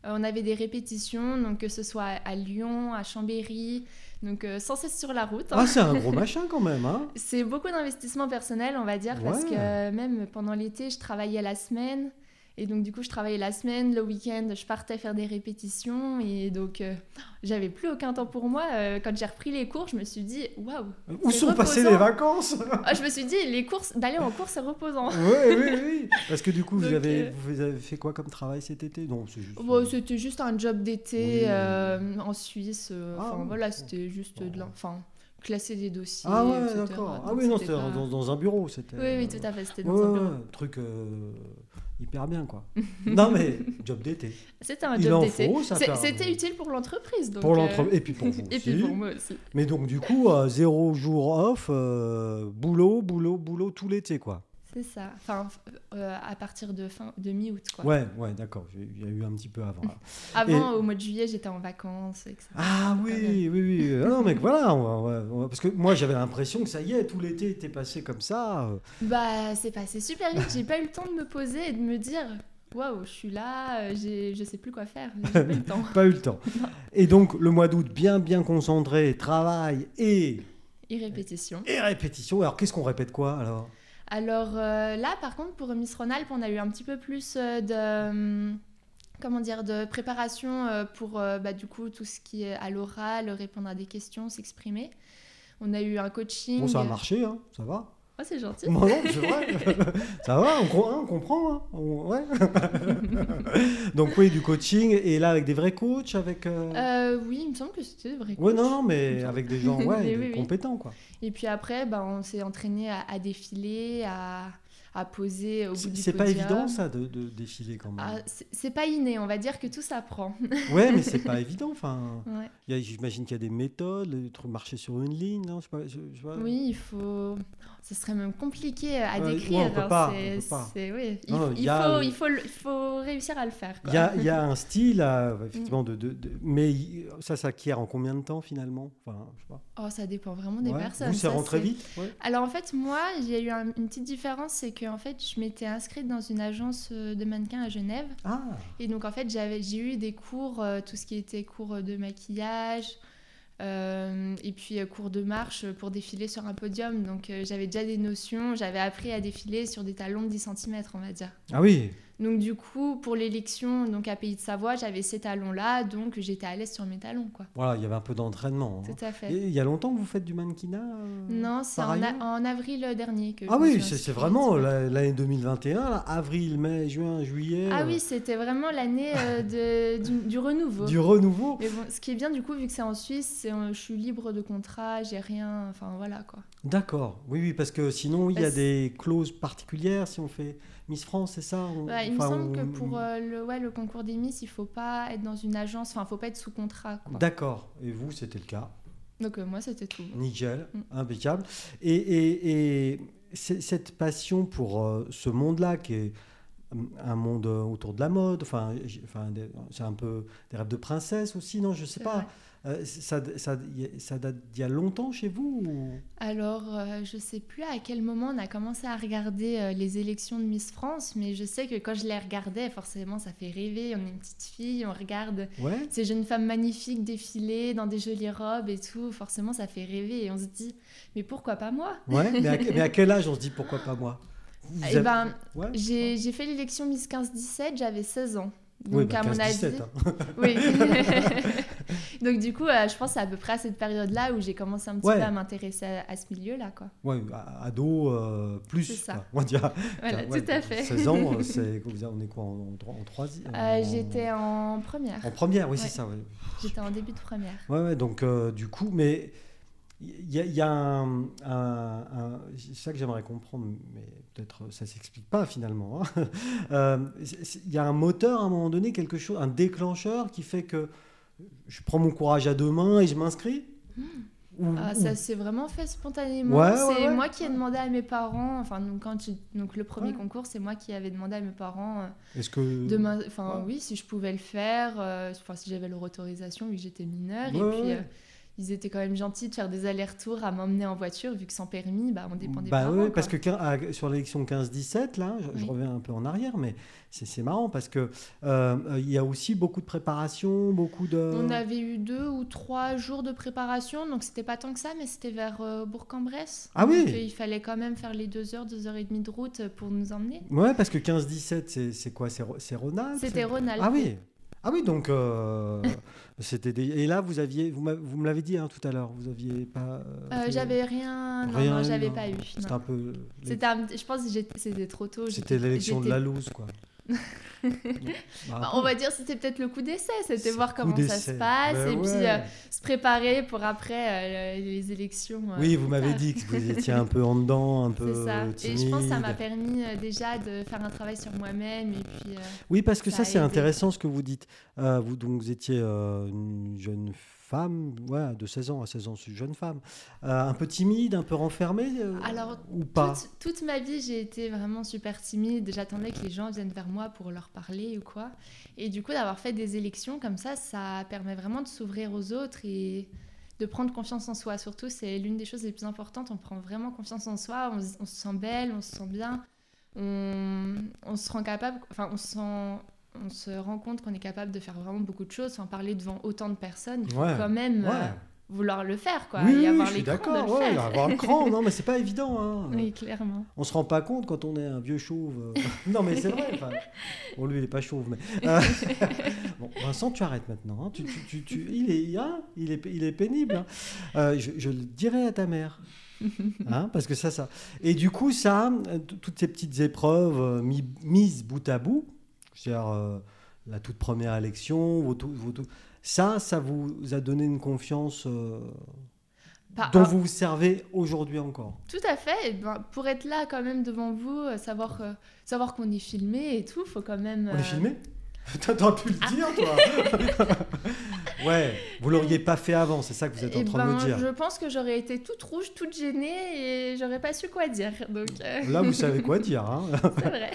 [SPEAKER 2] euh, on avait des répétitions, donc que ce soit à Lyon, à Chambéry, donc euh, sans cesse sur la route. hein.
[SPEAKER 1] Ah, c'est un gros machin quand même, hein
[SPEAKER 2] C'est beaucoup d'investissement personnel, on va dire, parce
[SPEAKER 1] Ouais.
[SPEAKER 2] que euh, même pendant l'été, je travaillais la semaine. Et donc, du coup, je travaillais la semaine, le week-end, je partais faire des répétitions. Et donc, euh, j'avais plus aucun temps pour moi. Euh, quand j'ai repris les cours, je me suis dit, waouh!
[SPEAKER 1] Où
[SPEAKER 2] C'est
[SPEAKER 1] sont passées
[SPEAKER 2] reposant.
[SPEAKER 1] les vacances
[SPEAKER 2] Ah, je me suis dit, les courses, d'aller en course, c'est reposant.
[SPEAKER 1] Oui, oui, oui. Parce que du coup, vous,
[SPEAKER 2] Donc,
[SPEAKER 1] avez,
[SPEAKER 2] euh,
[SPEAKER 1] vous avez fait quoi comme travail cet été Non, c'est juste. euh,
[SPEAKER 2] Bon, c'était juste un job d'été
[SPEAKER 1] Oui.
[SPEAKER 2] euh, en Suisse. euh,
[SPEAKER 1] Ah,
[SPEAKER 2] Enfin,
[SPEAKER 1] oui.
[SPEAKER 2] voilà, c'était juste de
[SPEAKER 1] Bon.
[SPEAKER 2] l'in- Enfin, classer des dossiers.
[SPEAKER 1] ah ouais,
[SPEAKER 2] etc.
[SPEAKER 1] d'accord. Ah
[SPEAKER 2] hein. Donc,
[SPEAKER 1] oui, non, c'était
[SPEAKER 2] c'était pas-
[SPEAKER 1] dans, dans un bureau, c'était. euh,
[SPEAKER 2] Oui, oui, tout à fait, c'était dans
[SPEAKER 1] Ouais,
[SPEAKER 2] un
[SPEAKER 1] ouais,
[SPEAKER 2] bureau.
[SPEAKER 1] ouais, truc euh, hyper bien, quoi. non, mais job d'été.
[SPEAKER 2] C'était un
[SPEAKER 1] Il
[SPEAKER 2] job
[SPEAKER 1] en
[SPEAKER 2] d'été.
[SPEAKER 1] faut, ça
[SPEAKER 2] C'est-
[SPEAKER 1] fait un-
[SPEAKER 2] C'était utile pour l'entreprise. donc,
[SPEAKER 1] Pour
[SPEAKER 2] euh,
[SPEAKER 1] l'entreprise. Et puis pour vous
[SPEAKER 2] Et
[SPEAKER 1] aussi.
[SPEAKER 2] puis pour moi aussi.
[SPEAKER 1] Mais donc, du coup, euh, zéro jour off, euh, boulot, boulot, boulot tout l'été, quoi.
[SPEAKER 2] C'est ça. Enfin, f- euh, à partir de fin de mi-août, quoi.
[SPEAKER 1] Ouais, ouais, d'accord. j'ai- Il y a eu un petit peu avant. là.
[SPEAKER 2] Avant, au mois de juillet, j'étais en vacances, etc.
[SPEAKER 1] Ah oui, oui, oui. Ah non, mais voilà. on va- on va- on va- parce que moi, j'avais l'impression que ça y est, tout l'été était passé comme ça. euh.
[SPEAKER 2] Bah, c'est passé super vite. J'ai pas eu le temps de me poser et de me dire, waouh, je suis là, euh, j'ai- je sais plus quoi faire. J'ai pas eu le temps.
[SPEAKER 1] Pas eu le temps. Et donc, le mois d'août, bien, bien concentré, travail et,
[SPEAKER 2] Et répétition.
[SPEAKER 1] et répétition. Alors, qu'est-ce qu'on répète quoi, alors
[SPEAKER 2] Alors euh, là, par contre, pour Miss Rhône-Alpes, on a eu un petit peu plus euh, de euh, comment dire de préparation euh, pour euh, bah, du coup tout ce qui est à l'oral, répondre à des questions, s'exprimer. On a eu un coaching.
[SPEAKER 1] Bon, ça a marché, hein, ça va.
[SPEAKER 2] Oh, c'est gentil.
[SPEAKER 1] Non, non, c'est vrai. ça va, on, com- hein, on comprend. hein, on- ouais. Donc, oui, du coaching. Et là, avec des vrais coachs, avec. euh,
[SPEAKER 2] Euh, oui, il me semble que c'était vrai.
[SPEAKER 1] ouais, non, non,
[SPEAKER 2] il me
[SPEAKER 1] mais
[SPEAKER 2] semble.
[SPEAKER 1] avec des gens ouais,
[SPEAKER 2] Mais
[SPEAKER 1] des
[SPEAKER 2] oui, oui.
[SPEAKER 1] compétents, quoi.
[SPEAKER 2] Et puis après, bah, on s'est entraîné à, à défiler, à, à poser au bout
[SPEAKER 1] C'est
[SPEAKER 2] du
[SPEAKER 1] c'est pas
[SPEAKER 2] podium.
[SPEAKER 1] évident, ça, de, de défiler quand
[SPEAKER 2] Ah,
[SPEAKER 1] même.
[SPEAKER 2] c'est c'est pas inné, on va dire que tout s'apprend.
[SPEAKER 1] Ouais, mais c'est pas évident. Enfin,
[SPEAKER 2] Ouais.
[SPEAKER 1] il y a- j'imagine qu'il y a des méthodes, le truc marcher sur une ligne. Non, je sais pas, je- je sais pas.
[SPEAKER 2] Oui, il faut. Ce serait même compliqué à
[SPEAKER 1] Ouais,
[SPEAKER 2] décrire.
[SPEAKER 1] ouais, on peut
[SPEAKER 2] hein,
[SPEAKER 1] pas,
[SPEAKER 2] c'est-
[SPEAKER 1] on peut pas.
[SPEAKER 2] c'est- oui, Il,
[SPEAKER 1] Non,
[SPEAKER 2] faut-
[SPEAKER 1] il
[SPEAKER 2] il
[SPEAKER 1] y a-
[SPEAKER 2] faut, il, faut, le- il faut réussir à le faire. quoi.
[SPEAKER 1] Il y a, il y a un style, euh,
[SPEAKER 2] Mm.
[SPEAKER 1] effectivement, de, de- de- mais il- ça s'acquiert en combien de temps finalement enfin, je sais pas.
[SPEAKER 2] Oh, ça dépend vraiment des
[SPEAKER 1] Ouais.
[SPEAKER 2] personnes.
[SPEAKER 1] Vous, c'est
[SPEAKER 2] ça,
[SPEAKER 1] rentré
[SPEAKER 2] c'est-
[SPEAKER 1] vite ouais.
[SPEAKER 2] Alors en fait, moi, j'ai eu un- une petite différence, c'est que en fait, je m'étais inscrite dans une agence euh, de mannequins à Genève.
[SPEAKER 1] Ah,
[SPEAKER 2] Et donc en fait, j'avais- j'ai eu des cours, euh, tout ce qui était cours de maquillage, euh, et puis euh, cours de marche pour défiler sur un podium. Donc euh, j'avais déjà des notions, j'avais appris à défiler sur des talons de 10 cm, on va dire.
[SPEAKER 1] ah oui,
[SPEAKER 2] Donc du coup, pour l'élection donc à Pays de Savoie, j'avais ces talons-là, donc j'étais à l'aise sur mes talons, quoi.
[SPEAKER 1] voilà, il y avait un peu d'entraînement. hein.
[SPEAKER 2] Tout à fait.
[SPEAKER 1] Et il y a longtemps que vous faites du mannequinat euh,
[SPEAKER 2] Non, c'est
[SPEAKER 1] par
[SPEAKER 2] en, a-
[SPEAKER 1] ailleurs
[SPEAKER 2] en avril euh, dernier que. je
[SPEAKER 1] Ah
[SPEAKER 2] me
[SPEAKER 1] oui,
[SPEAKER 2] suis
[SPEAKER 1] c'est c'est
[SPEAKER 2] inscrite.
[SPEAKER 1] vraiment la- l'année 2021, là, avril, mai, juin, juillet.
[SPEAKER 2] Ah
[SPEAKER 1] euh,
[SPEAKER 2] oui, c'était vraiment l'année euh, de- du, du renouveau.
[SPEAKER 1] Du renouveau.
[SPEAKER 2] Mais bon, ce qui est bien du coup, vu que c'est en Suisse, c'est, euh, je suis libre de contrat, j'ai rien, enfin voilà quoi.
[SPEAKER 1] D'accord. Oui, oui, parce que sinon, il y a
[SPEAKER 2] Parce-
[SPEAKER 1] des clauses particulières si on fait Miss France, c'est ça on-
[SPEAKER 2] Ouais, Bah, il me
[SPEAKER 1] enfin,
[SPEAKER 2] semble que
[SPEAKER 1] on-
[SPEAKER 2] pour euh, le, ouais, le concours des Miss, il faut pas être dans une agence, enfin faut pas être sous contrat quoi.
[SPEAKER 1] D'accord. Et vous, c'était le cas.
[SPEAKER 2] Donc euh, moi c'était tout.
[SPEAKER 1] Nickel,
[SPEAKER 2] Mm.
[SPEAKER 1] impeccable. Et, et- et c- cette passion pour euh, ce monde-là qui est un monde autour de la mode, enfin, j- enfin des- c'est un peu des rêves de princesse aussi, non, je sais
[SPEAKER 2] C'est
[SPEAKER 1] pas. Euh, ça, ça, y a- ça date d'il y a longtemps chez vous ou-
[SPEAKER 2] Alors, euh, je sais plus à quel moment on a commencé à regarder euh, les élections de Miss France, mais je sais que quand je les regardais, forcément, ça fait rêver. On est une petite fille, on regarde
[SPEAKER 1] Ouais,
[SPEAKER 2] ces jeunes femmes magnifiques défiler dans des jolies robes et tout. Forcément, ça fait rêver et on se dit, mais pourquoi pas moi
[SPEAKER 1] ouais mais, à, mais à quel âge on se dit pourquoi pas moi Vous
[SPEAKER 2] Eh
[SPEAKER 1] avez-
[SPEAKER 2] ben,
[SPEAKER 1] ouais,
[SPEAKER 2] j'ai j'ai fait l'élection Miss 15-17, j'avais 16 ans. Donc,
[SPEAKER 1] oui, bah,
[SPEAKER 2] à
[SPEAKER 1] 15,
[SPEAKER 2] mon avis.
[SPEAKER 1] 17, hein.
[SPEAKER 2] Oui. Donc, du coup, euh, je pense que c'est à peu près à cette période-là où j'ai commencé un petit
[SPEAKER 1] Ouais.
[SPEAKER 2] peu à m'intéresser à, à ce milieu-là, quoi.
[SPEAKER 1] Ouais, a- ado euh, plus,
[SPEAKER 2] C'est ça.
[SPEAKER 1] quoi, on dira.
[SPEAKER 2] Voilà,
[SPEAKER 1] Ouais, bah,
[SPEAKER 2] tout à fait.
[SPEAKER 1] 16 ans, euh, c'est, vous- on est quoi en, en, en troisi-
[SPEAKER 2] Euh,
[SPEAKER 1] en-
[SPEAKER 2] J'étais en première.
[SPEAKER 1] en première, oui,
[SPEAKER 2] Ouais.
[SPEAKER 1] c'est ça. ouais.
[SPEAKER 2] J'étais en début de première.
[SPEAKER 1] Ouais, ouais, donc euh, du coup, mais il y a, il y a un, un- un- c'est ça que j'aimerais comprendre, mais peut-être euh, ça s'explique pas finalement. hein. Euh, c'est- c'est- Il y a un moteur à un moment donné, quelque chose, un déclencheur qui fait que je prends mon courage à deux mains et je m'inscris. Ou-
[SPEAKER 2] Ah,
[SPEAKER 1] ou-
[SPEAKER 2] ça s'est vraiment fait spontanément.
[SPEAKER 1] Mmh. Ouais, ouais,
[SPEAKER 2] c'est
[SPEAKER 1] ouais.
[SPEAKER 2] moi qui ai demandé à mes parents. Enfin, donc, quand tu- donc le premier
[SPEAKER 1] Ouais.
[SPEAKER 2] concours, c'est moi qui avais demandé à mes parents euh,
[SPEAKER 1] Est-ce que
[SPEAKER 2] de m'in- enfin,
[SPEAKER 1] ouais.
[SPEAKER 2] oui, si je pouvais le faire, euh, enfin, si j'avais leur autorisation, vu que j'étais mineure.
[SPEAKER 1] Ouais,
[SPEAKER 2] et puis,
[SPEAKER 1] ouais.
[SPEAKER 2] euh, ils étaient quand même gentils de faire des allers-retours à m'emmener en voiture, vu que sans permis, bah, on dépend des
[SPEAKER 1] Bah
[SPEAKER 2] parents.
[SPEAKER 1] oui,
[SPEAKER 2] quoi.
[SPEAKER 1] parce que quin- à- sur l'élection 15-17, là, je, je
[SPEAKER 2] Oui.
[SPEAKER 1] reviens un peu en arrière, mais c'est c'est marrant parce que euh, euh, il y a aussi beaucoup de préparation, beaucoup de.
[SPEAKER 2] On avait eu deux ou trois jours de préparation, donc c'était pas tant que ça, mais c'était vers euh, Bourg-en-Bresse.
[SPEAKER 1] Ah oui.
[SPEAKER 2] Donc, euh, il fallait quand même faire les deux heures, deux heures et demie de route euh, pour nous emmener.
[SPEAKER 1] Ouais, parce que 15-17, c'est- c'est quoi C'est Ro- c'est Ronald
[SPEAKER 2] C'était Ronald.
[SPEAKER 1] Ah oui ah oui, donc euh, c'était des... et là vous aviez vous, m'a- vous me l'avez dit hein, tout à l'heure, vous aviez pas. euh,
[SPEAKER 2] Euh,
[SPEAKER 1] fait-
[SPEAKER 2] j'avais rien, non,
[SPEAKER 1] rien
[SPEAKER 2] non,
[SPEAKER 1] eu,
[SPEAKER 2] j'avais
[SPEAKER 1] hein.
[SPEAKER 2] pas eu.
[SPEAKER 1] C'était
[SPEAKER 2] non.
[SPEAKER 1] un peu.
[SPEAKER 2] C'était un- je pense que j'étais- c'était trop tôt.
[SPEAKER 1] C'était
[SPEAKER 2] j'étais-
[SPEAKER 1] l'élection de
[SPEAKER 2] j'étais-
[SPEAKER 1] la loose quoi. Bah,
[SPEAKER 2] Bah, on va dire c'était peut-être le coup d'essai, c'était
[SPEAKER 1] c'est
[SPEAKER 2] voir
[SPEAKER 1] coup
[SPEAKER 2] comment ça se
[SPEAKER 1] d'essai.
[SPEAKER 2] passe
[SPEAKER 1] Bah
[SPEAKER 2] et puis
[SPEAKER 1] ouais.
[SPEAKER 2] euh, se préparer pour après euh, les élections. euh,
[SPEAKER 1] oui, vous
[SPEAKER 2] plus
[SPEAKER 1] m'avez
[SPEAKER 2] tard.
[SPEAKER 1] dit que vous étiez un peu en dedans, un peu
[SPEAKER 2] C'est ça.
[SPEAKER 1] timide.
[SPEAKER 2] Et je pense que ça m'a permis euh, déjà de faire un travail sur moi-même et puis. euh,
[SPEAKER 1] Oui, parce que ça,
[SPEAKER 2] Ça a
[SPEAKER 1] c'est
[SPEAKER 2] aidé.
[SPEAKER 1] intéressant ce que vous dites. Euh, vous, donc, vous étiez euh, une jeune femme, ouais, de 16 ans à 16 ans, c'est une jeune femme, Euh, un peu timide, un peu renfermée euh,
[SPEAKER 2] Alors,
[SPEAKER 1] ou pas
[SPEAKER 2] Toute, toute ma vie, j'ai été vraiment super timide. J'attendais que les gens viennent vers moi pour leur parler ou quoi. Et du coup, d'avoir fait des élections comme ça, ça permet vraiment de s'ouvrir aux autres et de prendre confiance en soi. Surtout, c'est l'une des choses les plus importantes. On prend vraiment confiance en soi, on, se- on se sent belle, on se sent bien, on, on se rend capable, enfin, on se sent- On se rend compte qu'on est capable de faire vraiment beaucoup de choses, sans parler devant autant de personnes, il faut
[SPEAKER 1] Ouais,
[SPEAKER 2] quand même
[SPEAKER 1] Ouais.
[SPEAKER 2] euh, vouloir le faire, quoi,
[SPEAKER 1] oui,
[SPEAKER 2] et
[SPEAKER 1] oui,
[SPEAKER 2] avoir
[SPEAKER 1] je
[SPEAKER 2] les
[SPEAKER 1] suis
[SPEAKER 2] crans de
[SPEAKER 1] d'accord.
[SPEAKER 2] le
[SPEAKER 1] ouais,
[SPEAKER 2] faire.
[SPEAKER 1] avoir le cran, non, mais c'est pas évident. Hein.
[SPEAKER 2] Oui, clairement.
[SPEAKER 1] On se rend pas compte quand on est un vieux chauve. euh. non, mais c'est vrai. enfin, Bon, lui, il est pas chauve, mais. euh, bon, Vincent, tu arrêtes maintenant. hein. Tu, tu- tu- tu- Il, est, hein, il, est, il est pénible. hein. Euh, je, je le dirai à ta mère. Hein, parce que ça, ça. Et du coup, ça, euh, t- toutes ces petites épreuves euh, mi- mises bout à bout, c'est-à-dire euh, la toute première élection, vos tout- vos tout- ça, ça vous a donné une confiance euh,
[SPEAKER 2] Bah,
[SPEAKER 1] dont
[SPEAKER 2] ah,
[SPEAKER 1] vous vous servez aujourd'hui encore.
[SPEAKER 2] Tout à fait. Et ben, pour être là quand même devant vous, euh, savoir, euh, savoir qu'on est filmé et tout, faut quand même.
[SPEAKER 1] On est
[SPEAKER 2] euh, Ah.
[SPEAKER 1] filmé Putain, T'aurais pu le dire, toi Ouais, vous l'auriez pas fait avant, c'est ça que vous êtes en
[SPEAKER 2] eh
[SPEAKER 1] train de me
[SPEAKER 2] ben,
[SPEAKER 1] dire.
[SPEAKER 2] Je pense que j'aurais été toute rouge, toute gênée et j'aurais pas su quoi dire. Donc, euh,
[SPEAKER 1] Là, bah. vous savez quoi dire. hein.
[SPEAKER 2] c'est vrai.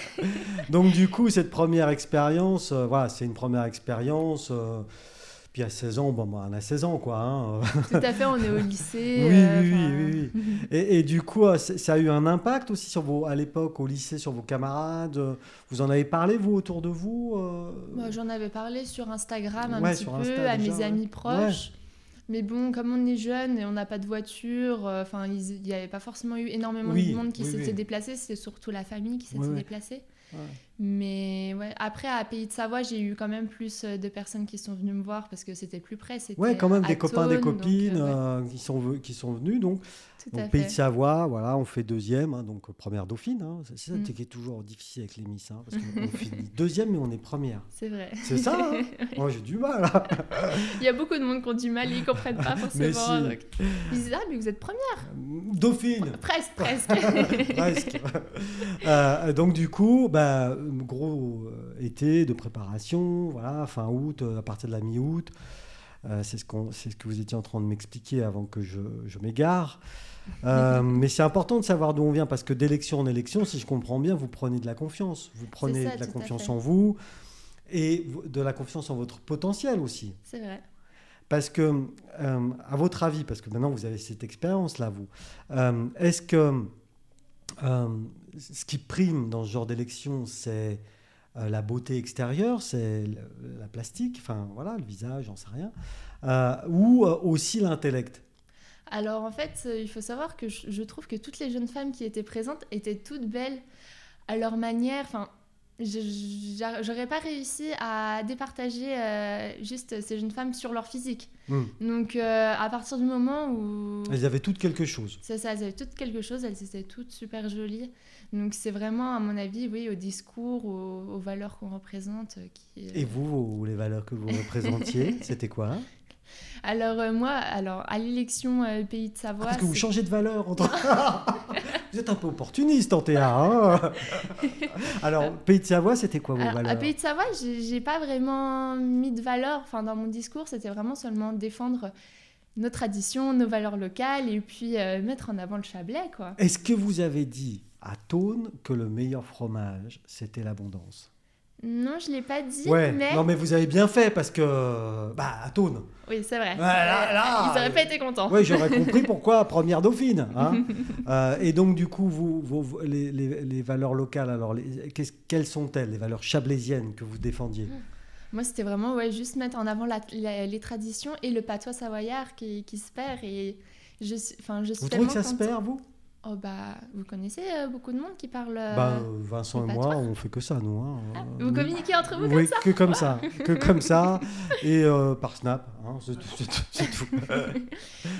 [SPEAKER 1] Donc, du coup, cette première expérience, euh, voilà, c'est une première expérience. euh, puis à 16 ans, bon, bah, on a 16 ans, quoi. hein.
[SPEAKER 2] Tout à fait, on est au lycée.
[SPEAKER 1] Oui,
[SPEAKER 2] euh,
[SPEAKER 1] oui, oui,
[SPEAKER 2] enfin,
[SPEAKER 1] oui, oui. Et, et du coup, euh, c'est- ça a eu un impact aussi sur vos, à l'époque, au lycée, sur vos camarades. euh, Vous en avez parlé, vous, autour de vous euh,
[SPEAKER 2] moi, J'en avais parlé sur Instagram un
[SPEAKER 1] Ouais,
[SPEAKER 2] petit
[SPEAKER 1] sur
[SPEAKER 2] peu,
[SPEAKER 1] Insta
[SPEAKER 2] à
[SPEAKER 1] déjà,
[SPEAKER 2] mes
[SPEAKER 1] ouais.
[SPEAKER 2] amis proches. Mais bon, comme on est jeune et on n'a pas de voiture, euh, enfin, ils- il n'y avait pas forcément eu énormément
[SPEAKER 1] Oui,
[SPEAKER 2] de monde qui
[SPEAKER 1] oui,
[SPEAKER 2] s'était
[SPEAKER 1] oui.
[SPEAKER 2] déplacé. C'est surtout la famille qui s'était
[SPEAKER 1] Ouais, ouais.
[SPEAKER 2] déplacée.
[SPEAKER 1] Ouais.
[SPEAKER 2] Mais ouais, après, à Pays de Savoie, j'ai eu quand même plus euh, de personnes qui sont venues me voir parce que c'était plus près. c'était
[SPEAKER 1] Ouais, quand même,
[SPEAKER 2] à
[SPEAKER 1] des copains, des
[SPEAKER 2] Thônes, donc,
[SPEAKER 1] copines
[SPEAKER 2] euh, ouais,
[SPEAKER 1] euh, qui, sont, ve- qui sont venus. Donc,
[SPEAKER 2] tout à
[SPEAKER 1] Donc,
[SPEAKER 2] fait.
[SPEAKER 1] Pays de Savoie, voilà, on fait deuxième, hein, donc euh, première dauphine. hein. C'est c'est ça
[SPEAKER 2] Mm.
[SPEAKER 1] qui est toujours difficile avec les Miss, hein, parce qu'on on finit deuxième mais on est première.
[SPEAKER 2] C'est vrai.
[SPEAKER 1] C'est ça hein Moi j'ai du mal. hein.
[SPEAKER 2] Il y a beaucoup de monde qui ont du mal, ils comprennent pas
[SPEAKER 1] Mais
[SPEAKER 2] forcément.
[SPEAKER 1] si.
[SPEAKER 2] donc. Ils disent Ah, mais vous êtes première
[SPEAKER 1] dauphine
[SPEAKER 2] Presque, presque.
[SPEAKER 1] Presque. Euh, donc du coup, bah, gros euh, été de préparation, voilà, fin août, euh, à partir de la mi-août. Euh, c'est ce, qu'on- c'est ce que vous étiez en train de m'expliquer avant que je, je m'égare. Euh, mais c'est important de savoir d'où on vient parce que d'élection en élection, si je comprends bien, vous prenez de la confiance. Vous prenez
[SPEAKER 2] ça,
[SPEAKER 1] de la
[SPEAKER 2] tout à
[SPEAKER 1] confiance
[SPEAKER 2] fait.
[SPEAKER 1] en vous et v- de la confiance en votre potentiel aussi.
[SPEAKER 2] C'est vrai.
[SPEAKER 1] Parce que, euh, à votre avis, parce que maintenant vous avez cette expérience-là, vous, euh, est-ce que euh, ce qui prime dans ce genre d'élection, c'est euh, la beauté extérieure, c'est le- la plastique, enfin voilà, le visage, j'en sais rien, euh, ou euh, aussi l'intellect
[SPEAKER 2] Alors en fait, euh, il faut savoir que je, je trouve que toutes les jeunes femmes qui étaient présentes étaient toutes belles à leur manière. Enfin, je- je- j'a- j'aurais pas réussi à départager euh, juste ces jeunes femmes sur leur physique.
[SPEAKER 1] Hmm.
[SPEAKER 2] Donc euh, à partir du moment où
[SPEAKER 1] Elles avaient toutes quelque chose.
[SPEAKER 2] c'est ça, elles avaient toutes quelque chose, elles étaient toutes super jolies. Donc c'est vraiment, à mon avis, oui, au discours, aux, aux valeurs qu'on représente. euh, Qui,
[SPEAKER 1] Et vous, vos- les valeurs que vous représentiez, c'était quoi hein
[SPEAKER 2] Alors euh, moi, alors à l'élection euh, Pays de
[SPEAKER 1] Ah,
[SPEAKER 2] Savoie...
[SPEAKER 1] Parce que vous
[SPEAKER 2] c'est-
[SPEAKER 1] changez de valeur. Entre... vous êtes un peu opportuniste en TA. hein Alors, Pays de Savoie, c'était quoi vos
[SPEAKER 2] Alors, à
[SPEAKER 1] valeurs
[SPEAKER 2] Pays de Savoie, j'ai j'ai pas vraiment mis de valeur. Enfin, dans mon discours, c'était vraiment seulement défendre nos traditions, nos valeurs locales, et puis euh, mettre en avant le Chablais, quoi.
[SPEAKER 1] Est-ce que vous avez dit à Tône que le meilleur fromage, c'était l'abondance
[SPEAKER 2] Non, je l'ai pas dit,
[SPEAKER 1] Ouais,
[SPEAKER 2] mais
[SPEAKER 1] non mais vous avez bien fait parce que... Bah, à Tône.
[SPEAKER 2] oui, c'est vrai.
[SPEAKER 1] Ouais, là, là, euh,
[SPEAKER 2] Ils auraient pas été contents.
[SPEAKER 1] Oui, j'aurais compris pourquoi première dauphine. hein. Euh, et donc, du coup, vous, vos- vos- les, les- les valeurs locales, alors, les- qu'est-ce- quelles sont-elles, les valeurs chablaisiennes que vous
[SPEAKER 2] Mmh,
[SPEAKER 1] défendiez
[SPEAKER 2] Moi, c'était vraiment ouais, juste mettre en avant la- la- les traditions et le patois savoyard qui, qui se perd. Et je suis, enfin, je suis
[SPEAKER 1] Vous trouvez
[SPEAKER 2] tellement
[SPEAKER 1] que ça se
[SPEAKER 2] contente-
[SPEAKER 1] perd, vous
[SPEAKER 2] Oh bah, vous connaissez euh, beaucoup de monde qui parle. euh,
[SPEAKER 1] Bah, Vincent
[SPEAKER 2] c'est
[SPEAKER 1] et
[SPEAKER 2] pas
[SPEAKER 1] moi, on fait que ça, nous. hein.
[SPEAKER 2] ah,
[SPEAKER 1] Euh,
[SPEAKER 2] vous
[SPEAKER 1] nous-
[SPEAKER 2] communiquez entre vous comme
[SPEAKER 1] oui, que comme ça, que comme ça, et euh, par Snap, hein, c'est tout- c'est tout- c'est tout.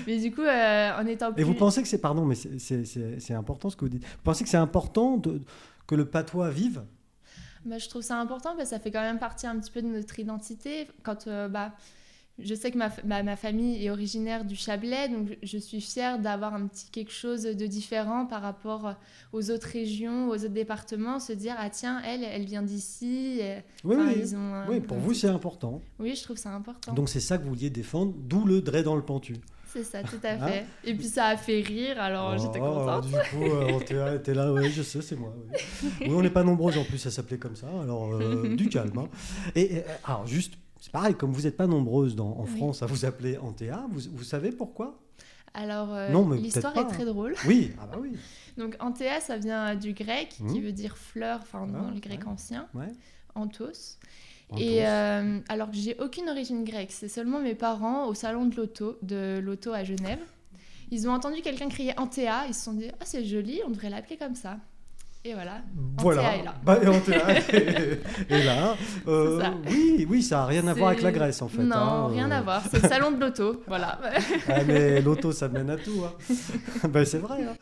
[SPEAKER 2] Mais du coup, euh, en étant plus...
[SPEAKER 1] Et vous pensez que c'est, pardon, mais c'est- c'est c'est- c'est important ce que vous dites. Vous pensez que c'est important de- que le patois vive
[SPEAKER 2] Bah, je trouve ça important parce que ça fait quand même partie un petit peu de notre identité. Quand euh, bah, je sais que ma, fa- bah, ma famille est originaire du Chablais, donc je je suis fière d'avoir un petit quelque chose de différent par rapport euh, aux autres régions, aux autres départements, se dire ah tiens elle elle vient d'ici. et-
[SPEAKER 1] Oui,
[SPEAKER 2] enfin,
[SPEAKER 1] oui.
[SPEAKER 2] ils ont un-
[SPEAKER 1] Oui, pour vous c'est important.
[SPEAKER 2] Oui, je trouve ça important.
[SPEAKER 1] Donc c'est ça que vous vouliez défendre, d'où le dray dans le pentu.
[SPEAKER 2] C'est ça, tout à
[SPEAKER 1] Hein
[SPEAKER 2] fait. Et puis ça a fait rire, alors j'étais
[SPEAKER 1] Oh,
[SPEAKER 2] contente.
[SPEAKER 1] Du coup, euh, on était- était là, oui, je sais, c'est moi. oui. Oui, on n'est pas nombreux en plus, ça s'appelait comme ça, alors euh, du calme. hein. Et euh, alors juste, c'est pareil, comme vous n'êtes pas nombreuses dans- en
[SPEAKER 2] Oui.
[SPEAKER 1] France à vous appeler Antea, vous, vous savez pourquoi
[SPEAKER 2] Alors euh,
[SPEAKER 1] Non, mais peut-être
[SPEAKER 2] l'histoire
[SPEAKER 1] pas, hein.
[SPEAKER 2] est très drôle.
[SPEAKER 1] Oui, ah bah oui.
[SPEAKER 2] Donc Antea, ça vient du grec qui
[SPEAKER 1] Mhm.
[SPEAKER 2] veut dire fleur, enfin dans
[SPEAKER 1] Ah,
[SPEAKER 2] le grec
[SPEAKER 1] ouais.
[SPEAKER 2] ancien,
[SPEAKER 1] Ouais.
[SPEAKER 2] anthos.
[SPEAKER 1] Antos.
[SPEAKER 2] Et euh, alors que j'ai aucune origine grecque, c'est seulement mes parents au salon de l'auto de l'auto à Genève. Ils ont entendu quelqu'un crier Antea, ils se sont dit ah c'est joli, on devrait l'appeler comme ça. Et voilà.
[SPEAKER 1] Voilà.
[SPEAKER 2] Antea est là.
[SPEAKER 1] Bah, et Antea est- est là. Euh,
[SPEAKER 2] C'est ça.
[SPEAKER 1] Oui, oui, ça n'a rien à voir avec
[SPEAKER 2] C'est-
[SPEAKER 1] la Grèce en fait.
[SPEAKER 2] non,
[SPEAKER 1] hein,
[SPEAKER 2] rien
[SPEAKER 1] euh.
[SPEAKER 2] à voir, c'est le salon de l'auto, voilà.
[SPEAKER 1] Ah, mais l'auto, ça mène à tout. hein. Bah, c'est vrai. hein.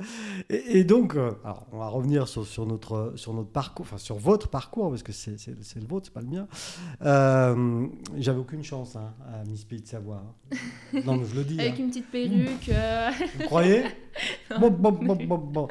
[SPEAKER 1] Et, et donc, euh, alors, on va revenir sur, sur notre, sur notre parcours, enfin sur votre parcours, parce que c'est c'est- c'est le vôtre, c'est pas le mien. Euh, J'avais aucune chance hein, à Miss Pays de Savoie. hein. Non, mais je le dis. hein.
[SPEAKER 2] Avec une petite perruque. euh,
[SPEAKER 1] Vous croyez Bon, bon, bon, bon, bon.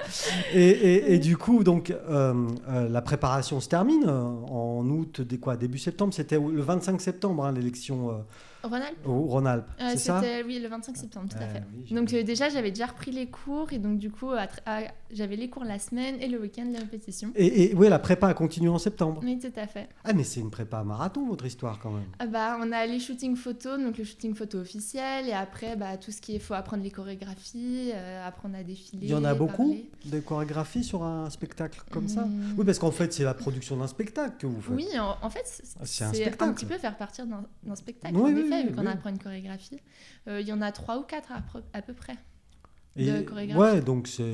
[SPEAKER 1] Et, et- et du coup, donc, euh, euh, la préparation se termine euh, en août, dès quoi Début septembre C'était le 25 septembre, hein, l'élection euh,
[SPEAKER 2] Ronald
[SPEAKER 1] au Rhône-Alpes.
[SPEAKER 2] Euh,
[SPEAKER 1] c'est ça
[SPEAKER 2] C'était oui le 25 septembre, tout à
[SPEAKER 1] Ouais,
[SPEAKER 2] fait.
[SPEAKER 1] oui, j'ai-
[SPEAKER 2] Donc euh, déjà j'avais déjà repris les cours et donc du coup à tra- à- j'avais les cours la semaine et le week-end les répétitions.
[SPEAKER 1] Et, et oui, la prépa a continué en septembre.
[SPEAKER 2] Oui tout à fait.
[SPEAKER 1] Ah, mais c'est une prépa marathon, votre histoire, quand même.
[SPEAKER 2] Ah bah, on a les shootings photos, donc le shooting photo officiel, et après, bah, tout ce qui est, faut apprendre les chorégraphies, euh, apprendre à défiler.
[SPEAKER 1] Il y en a beaucoup,
[SPEAKER 2] parler.
[SPEAKER 1] des chorégraphies sur un spectacle comme ça
[SPEAKER 2] Hmm.
[SPEAKER 1] Oui, parce qu'en fait, c'est la production d'un spectacle que vous faites.
[SPEAKER 2] Oui, en, en fait, c-
[SPEAKER 1] Ah, c'est
[SPEAKER 2] c'est
[SPEAKER 1] un
[SPEAKER 2] un,
[SPEAKER 1] spectacle.
[SPEAKER 2] petit peu faire partir d'un d'un spectacle,
[SPEAKER 1] Oui,
[SPEAKER 2] en
[SPEAKER 1] oui,
[SPEAKER 2] effet,
[SPEAKER 1] oui,
[SPEAKER 2] vu qu'on
[SPEAKER 1] oui.
[SPEAKER 2] apprend une chorégraphie. Euh, Il y en a trois ou quatre à, pro- à peu près. de chorégraphie.
[SPEAKER 1] ouais, donc c'est.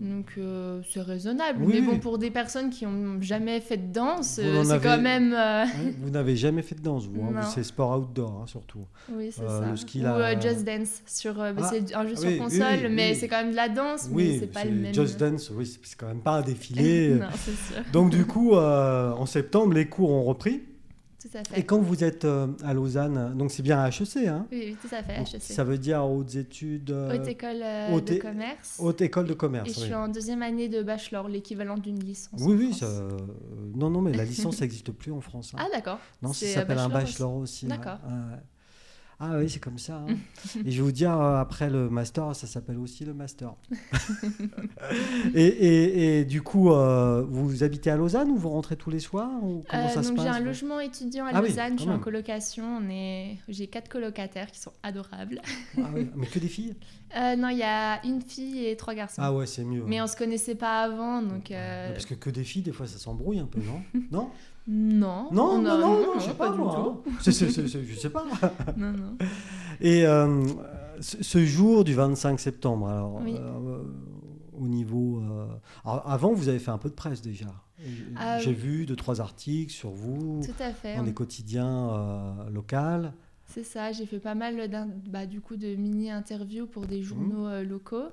[SPEAKER 2] Donc, euh, c'est raisonnable.
[SPEAKER 1] Oui,
[SPEAKER 2] Mais
[SPEAKER 1] oui.
[SPEAKER 2] bon, pour des personnes qui n'ont jamais fait de danse,
[SPEAKER 1] Vous
[SPEAKER 2] euh,
[SPEAKER 1] en
[SPEAKER 2] c'est quand
[SPEAKER 1] avez-
[SPEAKER 2] même... euh,
[SPEAKER 1] Ouais, Vous n'avez jamais fait de danse, vous. hein.
[SPEAKER 2] Non.
[SPEAKER 1] Vous, c'est sport outdoor, hein, surtout.
[SPEAKER 2] Oui, c'est
[SPEAKER 1] Euh,
[SPEAKER 2] ça.
[SPEAKER 1] le ski,
[SPEAKER 2] ou
[SPEAKER 1] là-
[SPEAKER 2] euh, Just Dance, sur, euh, bah,
[SPEAKER 1] Ah,
[SPEAKER 2] c'est un jeu
[SPEAKER 1] ah
[SPEAKER 2] sur
[SPEAKER 1] oui, oui,
[SPEAKER 2] console,
[SPEAKER 1] oui,
[SPEAKER 2] mais
[SPEAKER 1] oui.
[SPEAKER 2] c'est quand même de la danse, mais
[SPEAKER 1] oui,
[SPEAKER 2] c'est pas le même... euh.
[SPEAKER 1] Just Dance, oui, c'est c'est quand même pas un défilé.
[SPEAKER 2] non, c'est sûr.
[SPEAKER 1] donc, du coup, euh, en septembre, les cours ont repris.
[SPEAKER 2] Tout à fait.
[SPEAKER 1] Et quand vous êtes euh, à Lausanne, donc c'est bien à HEC, hein
[SPEAKER 2] Oui, oui, tout à fait,
[SPEAKER 1] Donc,
[SPEAKER 2] HEC.
[SPEAKER 1] Ça veut dire hautes études. euh,
[SPEAKER 2] E Haute école euh,
[SPEAKER 1] haute é-
[SPEAKER 2] de commerce.
[SPEAKER 1] Haute école de
[SPEAKER 2] et
[SPEAKER 1] commerce.
[SPEAKER 2] je
[SPEAKER 1] oui.
[SPEAKER 2] suis en deuxième année de bachelor, l'équivalent d'une licence.
[SPEAKER 1] Oui,
[SPEAKER 2] en
[SPEAKER 1] oui.
[SPEAKER 2] France.
[SPEAKER 1] ça- euh, Non, non, mais la licence n'existe plus en France. hein.
[SPEAKER 2] Ah, d'accord.
[SPEAKER 1] non, ça
[SPEAKER 2] c'est, euh,
[SPEAKER 1] s'appelle un
[SPEAKER 2] bachelor
[SPEAKER 1] bachelor aussi. hein. ouais.
[SPEAKER 2] D'accord.
[SPEAKER 1] Ouais, ouais. Ah oui, c'est comme ça. hein. et je vais vous dire, euh, après le master, ça s'appelle aussi le master. et, et- et du coup, euh, vous habitez à Lausanne ou vous rentrez tous les soirs ou Comment
[SPEAKER 2] Euh,
[SPEAKER 1] ça se
[SPEAKER 2] donc
[SPEAKER 1] passe
[SPEAKER 2] j'ai un
[SPEAKER 1] vous
[SPEAKER 2] logement étudiant à
[SPEAKER 1] Ah oui,
[SPEAKER 2] Lausanne,
[SPEAKER 1] quand
[SPEAKER 2] je suis en
[SPEAKER 1] même.
[SPEAKER 2] colocation, on est... j'ai quatre colocataires qui sont adorables.
[SPEAKER 1] Ah oui, Mais que des filles
[SPEAKER 2] Euh, non, il y a une fille et trois garçons.
[SPEAKER 1] Ah ouais, c'est mieux.
[SPEAKER 2] Mais
[SPEAKER 1] hein.
[SPEAKER 2] on se connaissait pas avant, donc euh,
[SPEAKER 1] Ouais, Parce que que des filles, des fois, ça s'embrouille un peu, non Non
[SPEAKER 2] non,
[SPEAKER 1] Non,
[SPEAKER 2] on a-
[SPEAKER 1] non, non, non, je sais pas,
[SPEAKER 2] du
[SPEAKER 1] moi.
[SPEAKER 2] tout.
[SPEAKER 1] hein. C'est- c'est- c'est- c'est- je sais pas.
[SPEAKER 2] Non, non.
[SPEAKER 1] Et euh, ce, ce jour du 25 septembre, alors,
[SPEAKER 2] Oui.
[SPEAKER 1] euh, au niveau. euh, alors, avant, vous avez fait un peu de presse déjà.
[SPEAKER 2] Ah,
[SPEAKER 1] J'ai
[SPEAKER 2] oui.
[SPEAKER 1] vu deux, trois articles sur vous,
[SPEAKER 2] Tout à fait.
[SPEAKER 1] dans
[SPEAKER 2] on-
[SPEAKER 1] des quotidiens euh, locaux.
[SPEAKER 2] C'est ça, j'ai fait pas mal d'in- bah, du coup de mini-interviews pour
[SPEAKER 1] Mmh.
[SPEAKER 2] des journaux euh, locaux.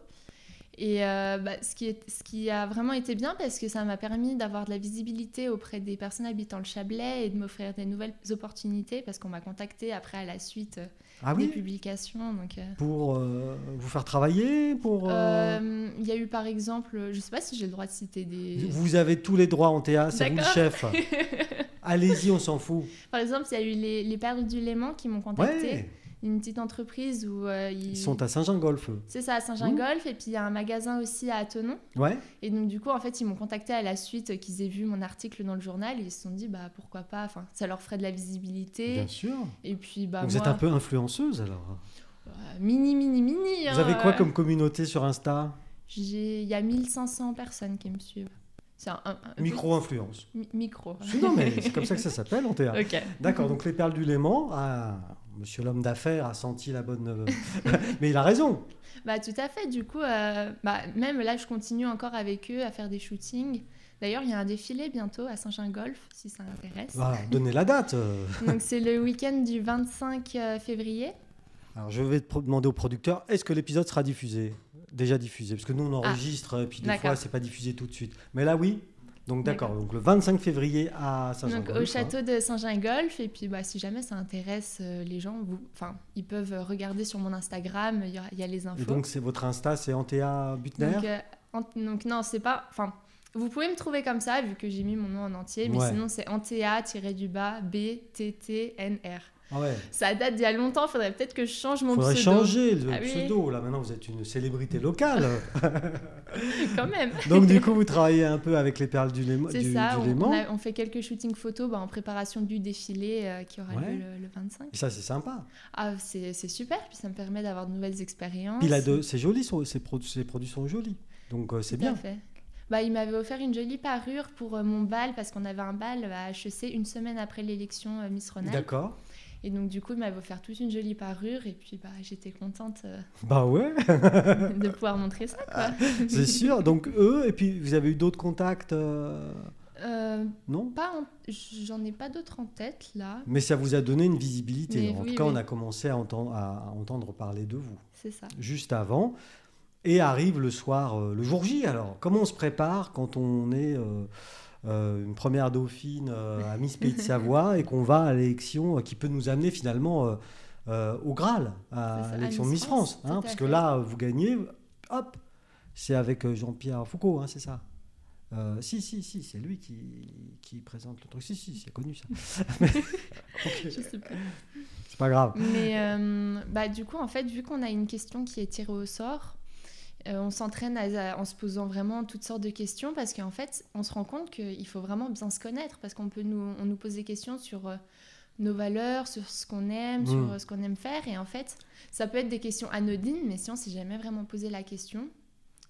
[SPEAKER 2] Et euh, bah, ce, qui est, ce qui a vraiment été bien parce que ça m'a permis d'avoir de la visibilité auprès des personnes habitant le Chablais et de m'offrir des nouvelles opportunités parce qu'on m'a contacté après à la suite euh,
[SPEAKER 1] Ah
[SPEAKER 2] des
[SPEAKER 1] oui
[SPEAKER 2] publications. Donc, euh,
[SPEAKER 1] Pour euh, vous faire travailler pour, euh,
[SPEAKER 2] euh, il y a eu par exemple, je sais pas si j'ai le droit de citer des.
[SPEAKER 1] Vous avez tous les droits en TA, c'est vous le
[SPEAKER 2] D'accord.
[SPEAKER 1] chef. Allez-y, on s'en fout.
[SPEAKER 2] par exemple, il y a eu les, les Perles du Léman qui m'ont contacté,
[SPEAKER 1] Ouais,
[SPEAKER 2] une petite entreprise où euh,
[SPEAKER 1] ils sont à Mmh. Saint-Jean-Golfe.
[SPEAKER 2] C'est ça, à Saint-Gingolf, et puis il y a un magasin aussi à Atonon.
[SPEAKER 1] Ouais.
[SPEAKER 2] Et donc, du coup, en fait, ils m'ont contacté à la suite euh, qu'ils aient vu mon article dans le journal. Et ils se sont dit, bah pourquoi pas Enfin, ça leur ferait de la visibilité.
[SPEAKER 1] Bien sûr.
[SPEAKER 2] Et puis, bah.
[SPEAKER 1] vous
[SPEAKER 2] moi,
[SPEAKER 1] êtes un peu influenceuse alors.
[SPEAKER 2] euh, mini, mini, mini.
[SPEAKER 1] Vous
[SPEAKER 2] hein,
[SPEAKER 1] avez quoi
[SPEAKER 2] euh,
[SPEAKER 1] comme communauté sur Insta
[SPEAKER 2] j'ai- Il y a 1500 personnes qui me suivent. C'est un. un- un-
[SPEAKER 1] Micro-influence.
[SPEAKER 2] Mi- micro.
[SPEAKER 1] Non, mais c'est comme ça que ça s'appelle en TA.
[SPEAKER 2] Ok.
[SPEAKER 1] D'accord, donc les perles du Léman, ah, monsieur l'homme d'affaires a senti la bonne. euh, mais il a raison.
[SPEAKER 2] Bah, tout à fait. Du coup, euh, bah, même là, je continue encore avec eux à faire des shootings. D'ailleurs, il y a un défilé bientôt à Saint-Gingolf, si ça intéresse.
[SPEAKER 1] Voilà, donnez la date. euh.
[SPEAKER 2] Donc, c'est le week-end du 25 euh, février.
[SPEAKER 1] Alors je vais te pro- demander au producteur est-ce que l'épisode sera diffusé Déjà diffusé, parce que nous on enregistre et puis des
[SPEAKER 2] Ah. d'accord.
[SPEAKER 1] fois c'est pas diffusé tout de suite. Mais là oui. Donc d'accord,
[SPEAKER 2] D'accord.
[SPEAKER 1] donc le 25 février à hein. saint jean
[SPEAKER 2] Donc au château de Saint-Gingolf et puis bah, si jamais ça intéresse euh, les gens, vous, enfin ils peuvent euh, regarder sur mon Instagram, il y, a- il y a les infos.
[SPEAKER 1] Et donc c'est votre Insta, c'est Antea Butner
[SPEAKER 2] Donc, euh, Ant- donc, non c'est pas, enfin vous pouvez me trouver comme ça vu que j'ai mis mon nom en entier, mais
[SPEAKER 1] Ouais.
[SPEAKER 2] sinon c'est Antea tiré du bas B T T N R.
[SPEAKER 1] Ah ouais.
[SPEAKER 2] Ça date d'il y a longtemps, faudrait peut-être que je change mon
[SPEAKER 1] Faudrait
[SPEAKER 2] pseudo
[SPEAKER 1] changer le
[SPEAKER 2] Ah oui.
[SPEAKER 1] pseudo. Là maintenant vous êtes une célébrité locale.
[SPEAKER 2] quand même.
[SPEAKER 1] Donc du coup, vous travaillez un peu avec les perles du, Léman-
[SPEAKER 2] C'est
[SPEAKER 1] du-
[SPEAKER 2] ça,
[SPEAKER 1] du
[SPEAKER 2] on,
[SPEAKER 1] Léman.
[SPEAKER 2] on a- on fait quelques shootings photos bah, en préparation du défilé euh, qui aura
[SPEAKER 1] Ouais.
[SPEAKER 2] lieu le, le 25.
[SPEAKER 1] Et ça, c'est sympa.
[SPEAKER 2] Ah c'est c'est super, puis ça me permet d'avoir de nouvelles expériences.
[SPEAKER 1] Puis là, de- c'est joli, son- ces, produ- ces produits sont jolis. Donc euh, c'est
[SPEAKER 2] Tout à
[SPEAKER 1] bien.
[SPEAKER 2] fait. Bah, il m'avait offert une jolie parure pour euh, mon bal parce qu'on avait un bal à HEC une semaine après l'élection euh, Miss Rhône-Alpes.
[SPEAKER 1] D'accord.
[SPEAKER 2] Et donc du coup, il m'avait offert toute une jolie parure et puis bah, j'étais contente euh,
[SPEAKER 1] Bah ouais,
[SPEAKER 2] de pouvoir montrer ça. Quoi.
[SPEAKER 1] c'est sûr. Donc eux, et puis vous avez eu d'autres contacts, euh,
[SPEAKER 2] Euh,
[SPEAKER 1] non
[SPEAKER 2] pas en- J'en ai pas d'autres en tête là,
[SPEAKER 1] Mais ça vous a donné une visibilité.
[SPEAKER 2] Mais
[SPEAKER 1] en
[SPEAKER 2] oui,
[SPEAKER 1] tout cas,
[SPEAKER 2] oui.
[SPEAKER 1] on a commencé à entendre, à à entendre parler de vous
[SPEAKER 2] c'est ça.
[SPEAKER 1] juste avant. Et arrive le soir, euh, le jour J. Alors, comment on se prépare quand on est euh, euh, une première dauphine euh, à Miss Pays de Savoie et qu'on va à l'élection euh, qui peut nous amener finalement euh, euh, au Graal,
[SPEAKER 2] C'est
[SPEAKER 1] à
[SPEAKER 2] ça,
[SPEAKER 1] l'élection de Miss France,
[SPEAKER 2] tout
[SPEAKER 1] hein,
[SPEAKER 2] à
[SPEAKER 1] parce
[SPEAKER 2] fait.
[SPEAKER 1] que là, euh, vous gagnez, hop, c'est avec euh, Jean-Pierre Foucault, hein, c'est ça Euh, si, si, si, c'est lui qui, qui présente le truc. Si, si, c'est connu ça.
[SPEAKER 2] Je sais pas.
[SPEAKER 1] C'est pas grave.
[SPEAKER 2] Mais euh, bah, du coup, en fait, vu qu'on a une question qui est tirée au sort, euh, on s'entraîne à- à- en se posant vraiment toutes sortes de questions parce qu'en fait, on se rend compte qu'il faut vraiment bien se connaître parce qu'on peut nous, on nous pose des questions sur euh, nos valeurs, sur ce qu'on aime,
[SPEAKER 1] Mm.
[SPEAKER 2] sur euh, ce qu'on aime faire. Et en fait, ça peut être des questions anodines, mais si on s'est jamais vraiment posé la question,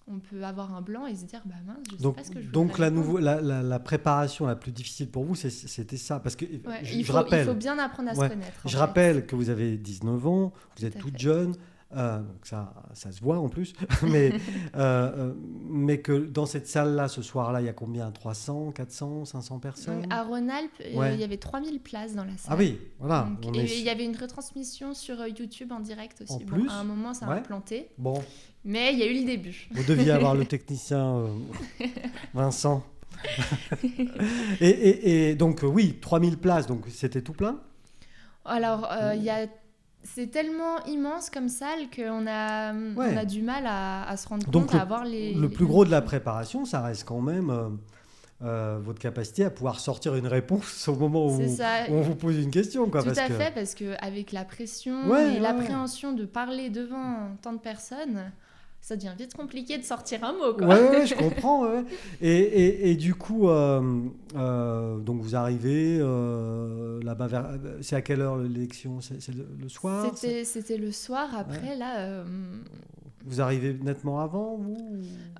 [SPEAKER 2] on peut avoir un blanc et se dire, bah mince, je sais
[SPEAKER 1] Donc,
[SPEAKER 2] pas ce que je veux
[SPEAKER 1] donc la,
[SPEAKER 2] répondre.
[SPEAKER 1] nouveau- la, la- la préparation la plus difficile pour vous, c'est- c'était ça. Parce que
[SPEAKER 2] Ouais,
[SPEAKER 1] je,
[SPEAKER 2] il,
[SPEAKER 1] je
[SPEAKER 2] faut, il
[SPEAKER 1] rappelle,
[SPEAKER 2] faut bien apprendre à
[SPEAKER 1] Ouais.
[SPEAKER 2] se connaître. en
[SPEAKER 1] je
[SPEAKER 2] fait.
[SPEAKER 1] rappelle que vous avez 19 ans, vous
[SPEAKER 2] Tout
[SPEAKER 1] êtes
[SPEAKER 2] à
[SPEAKER 1] toute
[SPEAKER 2] fait.
[SPEAKER 1] jeune, euh, donc ça, ça se voit en plus, mais, euh, euh, mais que dans cette salle-là, ce soir-là, il y a combien 300, 400, 500 personnes
[SPEAKER 2] Donc, à Rhône-Alpes, euh,
[SPEAKER 1] Ouais.
[SPEAKER 2] il y avait 3000 places dans la salle.
[SPEAKER 1] Ah oui, voilà.
[SPEAKER 2] Donc,
[SPEAKER 1] on
[SPEAKER 2] et
[SPEAKER 1] est
[SPEAKER 2] il
[SPEAKER 1] su-
[SPEAKER 2] y avait une retransmission sur euh, YouTube en direct aussi.
[SPEAKER 1] En
[SPEAKER 2] Bon,
[SPEAKER 1] plus,
[SPEAKER 2] à un moment, ça a
[SPEAKER 1] ouais.
[SPEAKER 2] implanté,
[SPEAKER 1] Bon,
[SPEAKER 2] mais il y a eu le début.
[SPEAKER 1] vous deviez avoir le technicien euh, Vincent. et, et- et donc, euh, oui, 3000 places, donc c'était tout plein
[SPEAKER 2] Alors,
[SPEAKER 1] Mmh.
[SPEAKER 2] euh, il y a... c'est tellement immense comme salle qu'on a,
[SPEAKER 1] Ouais.
[SPEAKER 2] on a du mal à, à se rendre
[SPEAKER 1] Donc,
[SPEAKER 2] compte, à voir les.
[SPEAKER 1] Le
[SPEAKER 2] les-
[SPEAKER 1] plus gros de la préparation, ça reste quand même euh, euh, votre capacité à pouvoir sortir une réponse au moment où
[SPEAKER 2] C'est ça.
[SPEAKER 1] on vous pose une question. Quoi,
[SPEAKER 2] Tout
[SPEAKER 1] parce
[SPEAKER 2] à
[SPEAKER 1] que...
[SPEAKER 2] fait, parce que avec la pression
[SPEAKER 1] Ouais,
[SPEAKER 2] et
[SPEAKER 1] ouais,
[SPEAKER 2] l'appréhension de parler devant tant de personnes, ça devient vite compliqué de sortir un mot.
[SPEAKER 1] Ouais,
[SPEAKER 2] Quoi.
[SPEAKER 1] ouais, ouais, je comprends. ouais. Et, et- et du coup, euh, euh, donc vous arrivez euh, là-bas vers. C'est à quelle heure l'élection C'est c'est le, le soir c'est-
[SPEAKER 2] C'était, c'était le soir après, là. euh,
[SPEAKER 1] Vous arrivez nettement avant vous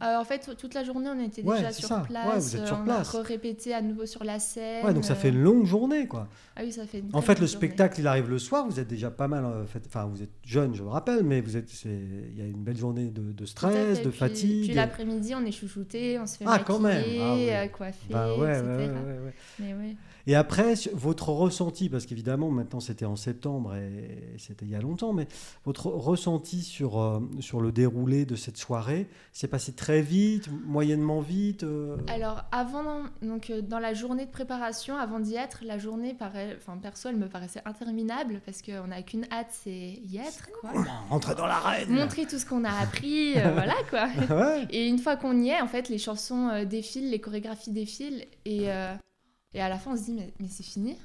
[SPEAKER 2] euh, en fait, toute la journée, on était
[SPEAKER 1] Ouais,
[SPEAKER 2] déjà
[SPEAKER 1] c'est
[SPEAKER 2] sur
[SPEAKER 1] ça. Ouais,
[SPEAKER 2] place.
[SPEAKER 1] vous êtes sur
[SPEAKER 2] euh, on
[SPEAKER 1] place.
[SPEAKER 2] a répété à nouveau sur la scène. euh,
[SPEAKER 1] Ouais, donc ça fait une longue journée, quoi.
[SPEAKER 2] Ah oui, ça fait une
[SPEAKER 1] En
[SPEAKER 2] très
[SPEAKER 1] fait,
[SPEAKER 2] longue
[SPEAKER 1] le
[SPEAKER 2] journée.
[SPEAKER 1] spectacle, il arrive le soir. Vous êtes déjà pas mal. euh, fait- Enfin, vous êtes jeune, je le rappelle, mais vous êtes. c'est- Il y a une belle journée de, de
[SPEAKER 2] Tout à
[SPEAKER 1] stress,
[SPEAKER 2] fait.
[SPEAKER 1] de
[SPEAKER 2] Puis-
[SPEAKER 1] fatigue.
[SPEAKER 2] Puis l'après-midi, on est chouchouté, on se fait
[SPEAKER 1] Ah,
[SPEAKER 2] maquiller,
[SPEAKER 1] quand même. Ah oui.
[SPEAKER 2] euh, coiffer,
[SPEAKER 1] Bah ouais, ouais,
[SPEAKER 2] etc.
[SPEAKER 1] ouais, ouais, ouais.
[SPEAKER 2] Mais ouais.
[SPEAKER 1] Et après, sur- votre ressenti, parce qu'évidemment, maintenant c'était en septembre et c'était il y a longtemps, mais votre ressenti sur, euh, sur le déroulé de cette soirée, c'est passé très vite, moyennement vite euh,
[SPEAKER 2] Alors, avant, donc, euh, dans la journée de préparation, avant d'y être, la journée, paraît, enfin, perso, elle me paraissait interminable parce qu'on n'a qu'une hâte, c'est y être, quoi.
[SPEAKER 1] Entrez dans l'arène
[SPEAKER 2] Montrer tout ce qu'on a appris, euh, voilà, quoi.
[SPEAKER 1] Ouais.
[SPEAKER 2] Et une fois qu'on y est, en fait, les chansons euh, défilent, les chorégraphies défilent, et, euh, et à la fin, on se dit, mais, mais c'est fini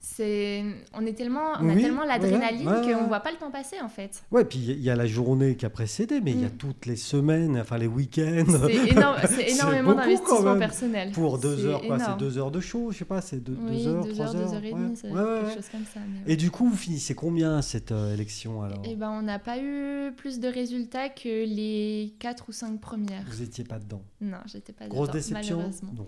[SPEAKER 2] c'est on est tellement on a
[SPEAKER 1] Oui,
[SPEAKER 2] tellement
[SPEAKER 1] ouais,
[SPEAKER 2] l'adrénaline
[SPEAKER 1] ouais, ouais.
[SPEAKER 2] qu'on voit pas le temps passer en fait
[SPEAKER 1] Ouais, puis il y- il y a la journée qui a précédé, mais il y a
[SPEAKER 2] Mm.
[SPEAKER 1] toutes les semaines, enfin les week-ends,
[SPEAKER 2] c'est énorme c'est
[SPEAKER 1] C'est
[SPEAKER 2] énormément
[SPEAKER 1] beaucoup, quand
[SPEAKER 2] d'investissement
[SPEAKER 1] même.
[SPEAKER 2] personnel
[SPEAKER 1] pour deux
[SPEAKER 2] C'est
[SPEAKER 1] heures, quoi. C'est
[SPEAKER 2] énorme.
[SPEAKER 1] deux heures de show, je sais pas, c'est deux,
[SPEAKER 2] Oui,
[SPEAKER 1] deux heures,
[SPEAKER 2] deux
[SPEAKER 1] trois
[SPEAKER 2] heures,
[SPEAKER 1] heures.
[SPEAKER 2] deux heures et
[SPEAKER 1] ouais.
[SPEAKER 2] demie, ça-
[SPEAKER 1] Ouais, ouais,
[SPEAKER 2] quelque
[SPEAKER 1] ouais.
[SPEAKER 2] chose comme ça. mais ouais.
[SPEAKER 1] Et du coup, vous finissez combien cette euh, élection alors
[SPEAKER 2] Eh ben, on n'a pas eu plus de résultats que les 4 ou 5 premières.
[SPEAKER 1] Vous étiez pas dedans.
[SPEAKER 2] Non, j'étais pas
[SPEAKER 1] Grosse
[SPEAKER 2] dedans,
[SPEAKER 1] déception
[SPEAKER 2] malheureusement.
[SPEAKER 1] Non.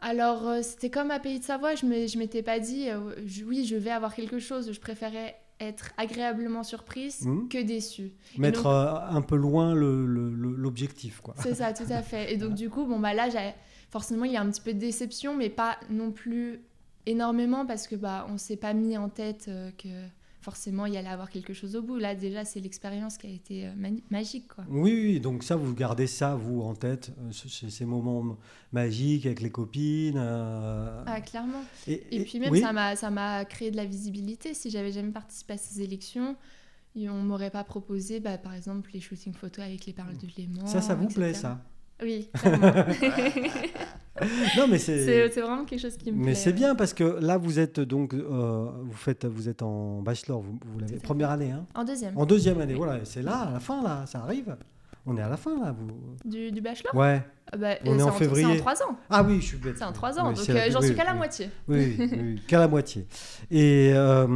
[SPEAKER 2] Alors, euh, c'était comme à Pays de Savoie, je me- je m'étais pas dit, euh, je- oui, je vais avoir quelque chose, je préférais être agréablement surprise
[SPEAKER 1] Mhm.
[SPEAKER 2] que déçue.
[SPEAKER 1] Mettre
[SPEAKER 2] donc-
[SPEAKER 1] euh, un peu loin le- le- le- l'objectif, quoi.
[SPEAKER 2] C'est ça, tout à fait. Et donc, du coup, bon, bah là, j'ai- forcément, il y a un petit peu de déception, mais pas non plus énormément parce que bah, on s'est pas mis en tête euh, que forcément il y allait avoir quelque chose au bout. Là, déjà, c'est l'expérience qui a été euh, mani- magique, quoi.
[SPEAKER 1] Oui, oui, donc ça, vous gardez ça, vous, en tête, euh, ce- ces, ces moments magiques avec les copines. euh,
[SPEAKER 2] Ah, clairement.
[SPEAKER 1] et,
[SPEAKER 2] Et
[SPEAKER 1] et-
[SPEAKER 2] puis même,
[SPEAKER 1] oui,
[SPEAKER 2] ça m'a- ça m'a créé de la visibilité. Si j'avais jamais participé à ces élections, et on m'aurait pas proposé, bah, par exemple, les shootings photos avec les paroles de Clément.
[SPEAKER 1] ça, ça vous
[SPEAKER 2] etc..
[SPEAKER 1] plaît, ça
[SPEAKER 2] Oui, clairement.
[SPEAKER 1] Non, mais
[SPEAKER 2] c'est c'est vraiment quelque chose qui me plaît.
[SPEAKER 1] Mais c'est
[SPEAKER 2] ouais.
[SPEAKER 1] bien parce que là, vous êtes donc, euh, vous faites, vous êtes en bachelor, vous, vous l'avez
[SPEAKER 2] Tout à
[SPEAKER 1] première année, hein
[SPEAKER 2] euh, En deuxième,
[SPEAKER 1] En deuxième année, voilà, et c'est là, à la fin, là, ça arrive. On est à la fin, là, vous.
[SPEAKER 2] du, du bachelor
[SPEAKER 1] Ouais.
[SPEAKER 2] Ah bah,
[SPEAKER 1] On
[SPEAKER 2] euh,
[SPEAKER 1] est en
[SPEAKER 2] c'est c'est
[SPEAKER 1] février.
[SPEAKER 2] en 3 ans.
[SPEAKER 1] Ah oui, je suis bête.
[SPEAKER 2] C'est en 3 ans,
[SPEAKER 1] Oui,
[SPEAKER 2] donc
[SPEAKER 1] c'est la-
[SPEAKER 2] euh, j'en
[SPEAKER 1] oui,
[SPEAKER 2] suis qu'à la
[SPEAKER 1] oui.
[SPEAKER 2] moitié.
[SPEAKER 1] Oui, oui, oui, qu'à la moitié. Et euh,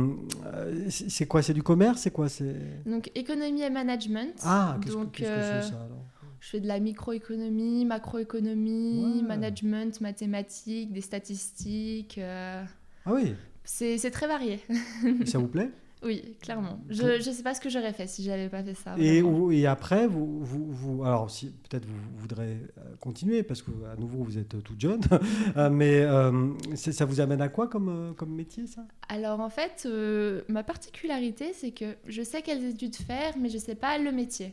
[SPEAKER 1] euh, c'est c'est quoi C'est du commerce C'est quoi C'est
[SPEAKER 2] Donc économie et management.
[SPEAKER 1] ah qu'est-ce que-
[SPEAKER 2] donc,
[SPEAKER 1] qu'est-ce que
[SPEAKER 2] euh,
[SPEAKER 1] c'est ça alors
[SPEAKER 2] Je fais de la microéconomie, macroéconomie,
[SPEAKER 1] Ouais.
[SPEAKER 2] management, mathématiques, des statistiques. euh,
[SPEAKER 1] Ah oui,
[SPEAKER 2] C'est c'est très varié.
[SPEAKER 1] et ça vous plaît
[SPEAKER 2] Oui, clairement. Je, je sais pas ce que j'aurais fait si j'avais pas fait ça.
[SPEAKER 1] Mm. et,
[SPEAKER 2] vraiment.
[SPEAKER 1] ou- et après, vous, vous, vous- alors si, peut-être vous voudrez euh, continuer parce que à nouveau vous êtes toute jeune, euh, mais euh, c'est- ça vous amène à quoi comme, euh, comme métier ça
[SPEAKER 2] Alors en fait, euh, ma particularité, c'est que je sais quelles études faire, mais je sais pas le métier.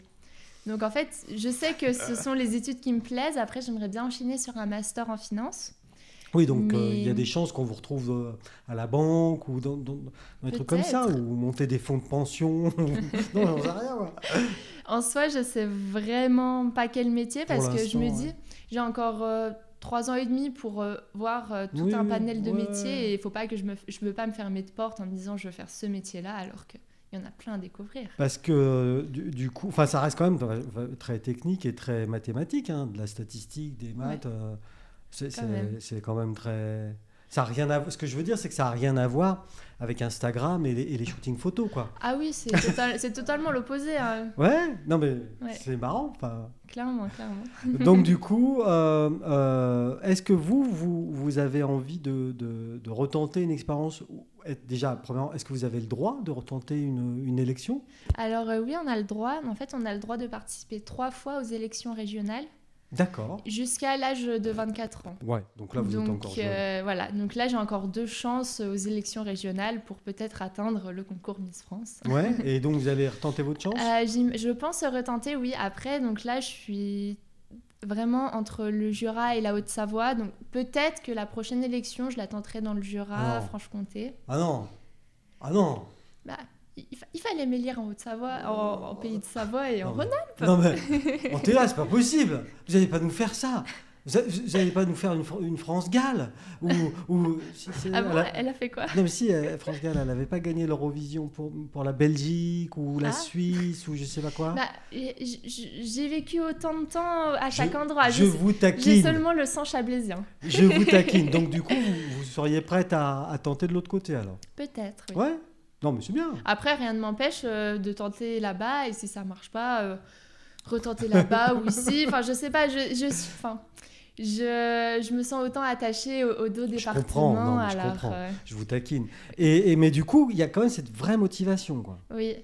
[SPEAKER 2] Donc en fait, je sais que ce sont les études qui me plaisent. Après, j'aimerais bien enchaîner sur un master en finance.
[SPEAKER 1] Oui, donc euh, il y a
[SPEAKER 2] Mais-
[SPEAKER 1] des chances qu'on vous retrouve euh, à la banque ou dans, dans- dans des trucs comme ça,
[SPEAKER 2] Peut-être.
[SPEAKER 1] ou monter des fonds de pension. non, j'en sais rien. moi.
[SPEAKER 2] En soi, je sais vraiment pas quel métier
[SPEAKER 1] Pour
[SPEAKER 2] parce que je me
[SPEAKER 1] l'instant,
[SPEAKER 2] dis,
[SPEAKER 1] ouais.
[SPEAKER 2] j'ai encore euh, trois ans et demi pour euh, voir euh, tout
[SPEAKER 1] Oui,
[SPEAKER 2] un
[SPEAKER 1] oui,
[SPEAKER 2] panel de
[SPEAKER 1] ouais.
[SPEAKER 2] métiers et il faut pas que je me, f- je veux pas me fermer de porte en me disant je veux faire ce métier-là alors qu'il y en a plein à découvrir.
[SPEAKER 1] Parce que euh, du, du coup, enfin, ça reste quand même euh, très technique et très mathématique, hein, de la statistique, des maths. euh, c'est-
[SPEAKER 2] Quand
[SPEAKER 1] c'est-
[SPEAKER 2] même.
[SPEAKER 1] c'est quand même très. Ça a rien à... Ce que je veux dire, c'est que ça n'a rien à voir avec Instagram et les, et les shootings photos, quoi.
[SPEAKER 2] Ah oui, c'est total- c'est totalement l'opposé, hein.
[SPEAKER 1] Ouais, non, mais
[SPEAKER 2] Ouais.
[SPEAKER 1] c'est marrant. enfin.
[SPEAKER 2] clairement, clairement.
[SPEAKER 1] Donc, du coup, euh, euh, est-ce que vous, vous, vous avez envie de, de- de retenter une expérience ou être- Déjà, premièrement, est-ce que vous avez le droit de retenter une, une élection
[SPEAKER 2] Alors euh, oui, on a le droit. En fait, on a le droit de participer trois fois aux élections régionales
[SPEAKER 1] D'accord.
[SPEAKER 2] jusqu'à l'âge de 24 ans.
[SPEAKER 1] Ouais, donc là, vous
[SPEAKER 2] donc,
[SPEAKER 1] êtes encore jeune.
[SPEAKER 2] euh, voilà. Donc là, j'ai encore deux chances aux élections régionales pour peut-être atteindre le concours Miss France.
[SPEAKER 1] Ouais, et donc vous allez retenter votre chance
[SPEAKER 2] Euh, j'im- je pense retenter, oui. Après, donc là, je suis vraiment entre le Jura et la Haute-Savoie. Donc peut-être que la prochaine élection, je la tenterai dans le Jura,
[SPEAKER 1] Non.
[SPEAKER 2] Franche-Comté.
[SPEAKER 1] Ah non Ah non
[SPEAKER 2] Bah, il, fa- il fallait m'élire en Haute-Savoie, en, en Pays de Savoie et en
[SPEAKER 1] Non,
[SPEAKER 2] Rhône.
[SPEAKER 1] Non mais, on t'est là, c'est pas possible Vous allez pas nous faire ça Vous n'allez pas nous faire une, Fr- une France-Galles ou, ou- si c'est-
[SPEAKER 2] Ah bon,
[SPEAKER 1] elle a-
[SPEAKER 2] elle a fait quoi
[SPEAKER 1] Non, mais si, euh, France-Galles, elle n'avait pas gagné l'Eurovision pour, pour la Belgique ou la
[SPEAKER 2] Ah.
[SPEAKER 1] Suisse ou je sais pas quoi.
[SPEAKER 2] Bah, j- j- J'ai vécu autant de temps à chaque endroit.
[SPEAKER 1] je
[SPEAKER 2] Bah, Je-
[SPEAKER 1] vous
[SPEAKER 2] J'ai
[SPEAKER 1] taquine.
[SPEAKER 2] seulement le sang chablaisien.
[SPEAKER 1] Je vous taquine. Donc, du coup, vous, vous seriez prête à, à tenter de l'autre côté alors
[SPEAKER 2] Peut-être. oui.
[SPEAKER 1] Ouais Non, mais c'est bien.
[SPEAKER 2] Après, rien ne m'empêche euh, de tenter là-bas et si ça marche pas, euh, retenter là-bas ou ici. Enfin, je sais pas, je, je, suis- enfin, je, je me sens autant attachée au, au dos des
[SPEAKER 1] Je comprends, non, mais je
[SPEAKER 2] alors,
[SPEAKER 1] comprends.
[SPEAKER 2] euh,
[SPEAKER 1] Je vous taquine. Et, et- mais du coup, il y a quand même cette vraie motivation. Quoi.
[SPEAKER 2] oui.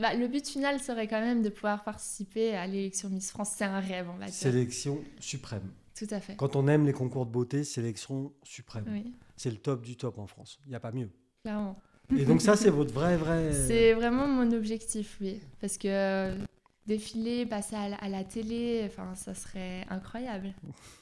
[SPEAKER 2] Bah, le but final serait quand même de pouvoir participer à l'élection Miss France. C'est un rêve, on va dire.
[SPEAKER 1] Sélection suprême.
[SPEAKER 2] Tout à fait.
[SPEAKER 1] Quand on aime les concours de beauté, sélection suprême.
[SPEAKER 2] Oui,
[SPEAKER 1] C'est le top du top en France. Il n'y a pas mieux.
[SPEAKER 2] clairement.
[SPEAKER 1] Et donc, ça, c'est votre vrai, vrai.
[SPEAKER 2] C'est vraiment mon objectif, oui. Parce que euh, défiler, passer à la, à la télé, enfin, ça serait incroyable.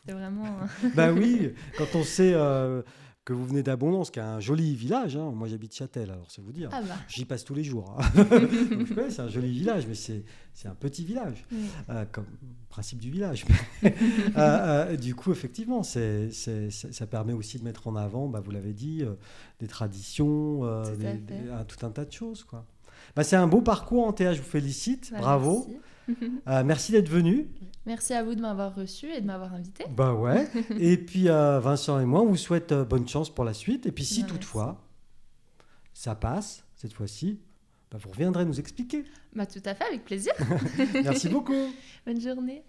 [SPEAKER 2] C'est vraiment.
[SPEAKER 1] Bah oui, quand on sait euh, que vous venez d'Abondance, qui est un joli village, hein. moi j'habite Châtel, alors c'est vous dire.
[SPEAKER 2] Ah bah.
[SPEAKER 1] J'y passe tous les jours. hein. Donc, je connais, c'est un joli village, mais c'est c'est un petit village,
[SPEAKER 2] Oui.
[SPEAKER 1] euh, comme principe du village. Mais, euh, euh, du coup, effectivement, c'est c'est- c'est- ça permet aussi de mettre en avant, bah, vous l'avez dit, euh, des traditions, euh,
[SPEAKER 2] Tout à
[SPEAKER 1] des-
[SPEAKER 2] fait.
[SPEAKER 1] des- un- tout un tas de choses. quoi. Bah, c'est un beau parcours en théâtre, je vous félicite,
[SPEAKER 2] Bah,
[SPEAKER 1] bravo.
[SPEAKER 2] merci.
[SPEAKER 1] Euh, merci d'être venu.
[SPEAKER 2] Merci à vous de m'avoir reçu et de m'avoir invité.
[SPEAKER 1] Bah ouais. et puis euh, Vincent et moi, on vous souhaite euh, bonne chance pour la suite. Et puis si
[SPEAKER 2] Bah,
[SPEAKER 1] toutefois ça passe cette fois-ci, bah, vous reviendrez nous expliquer.
[SPEAKER 2] Bah, tout à fait, avec plaisir.
[SPEAKER 1] Merci beaucoup.
[SPEAKER 2] Bonne journée.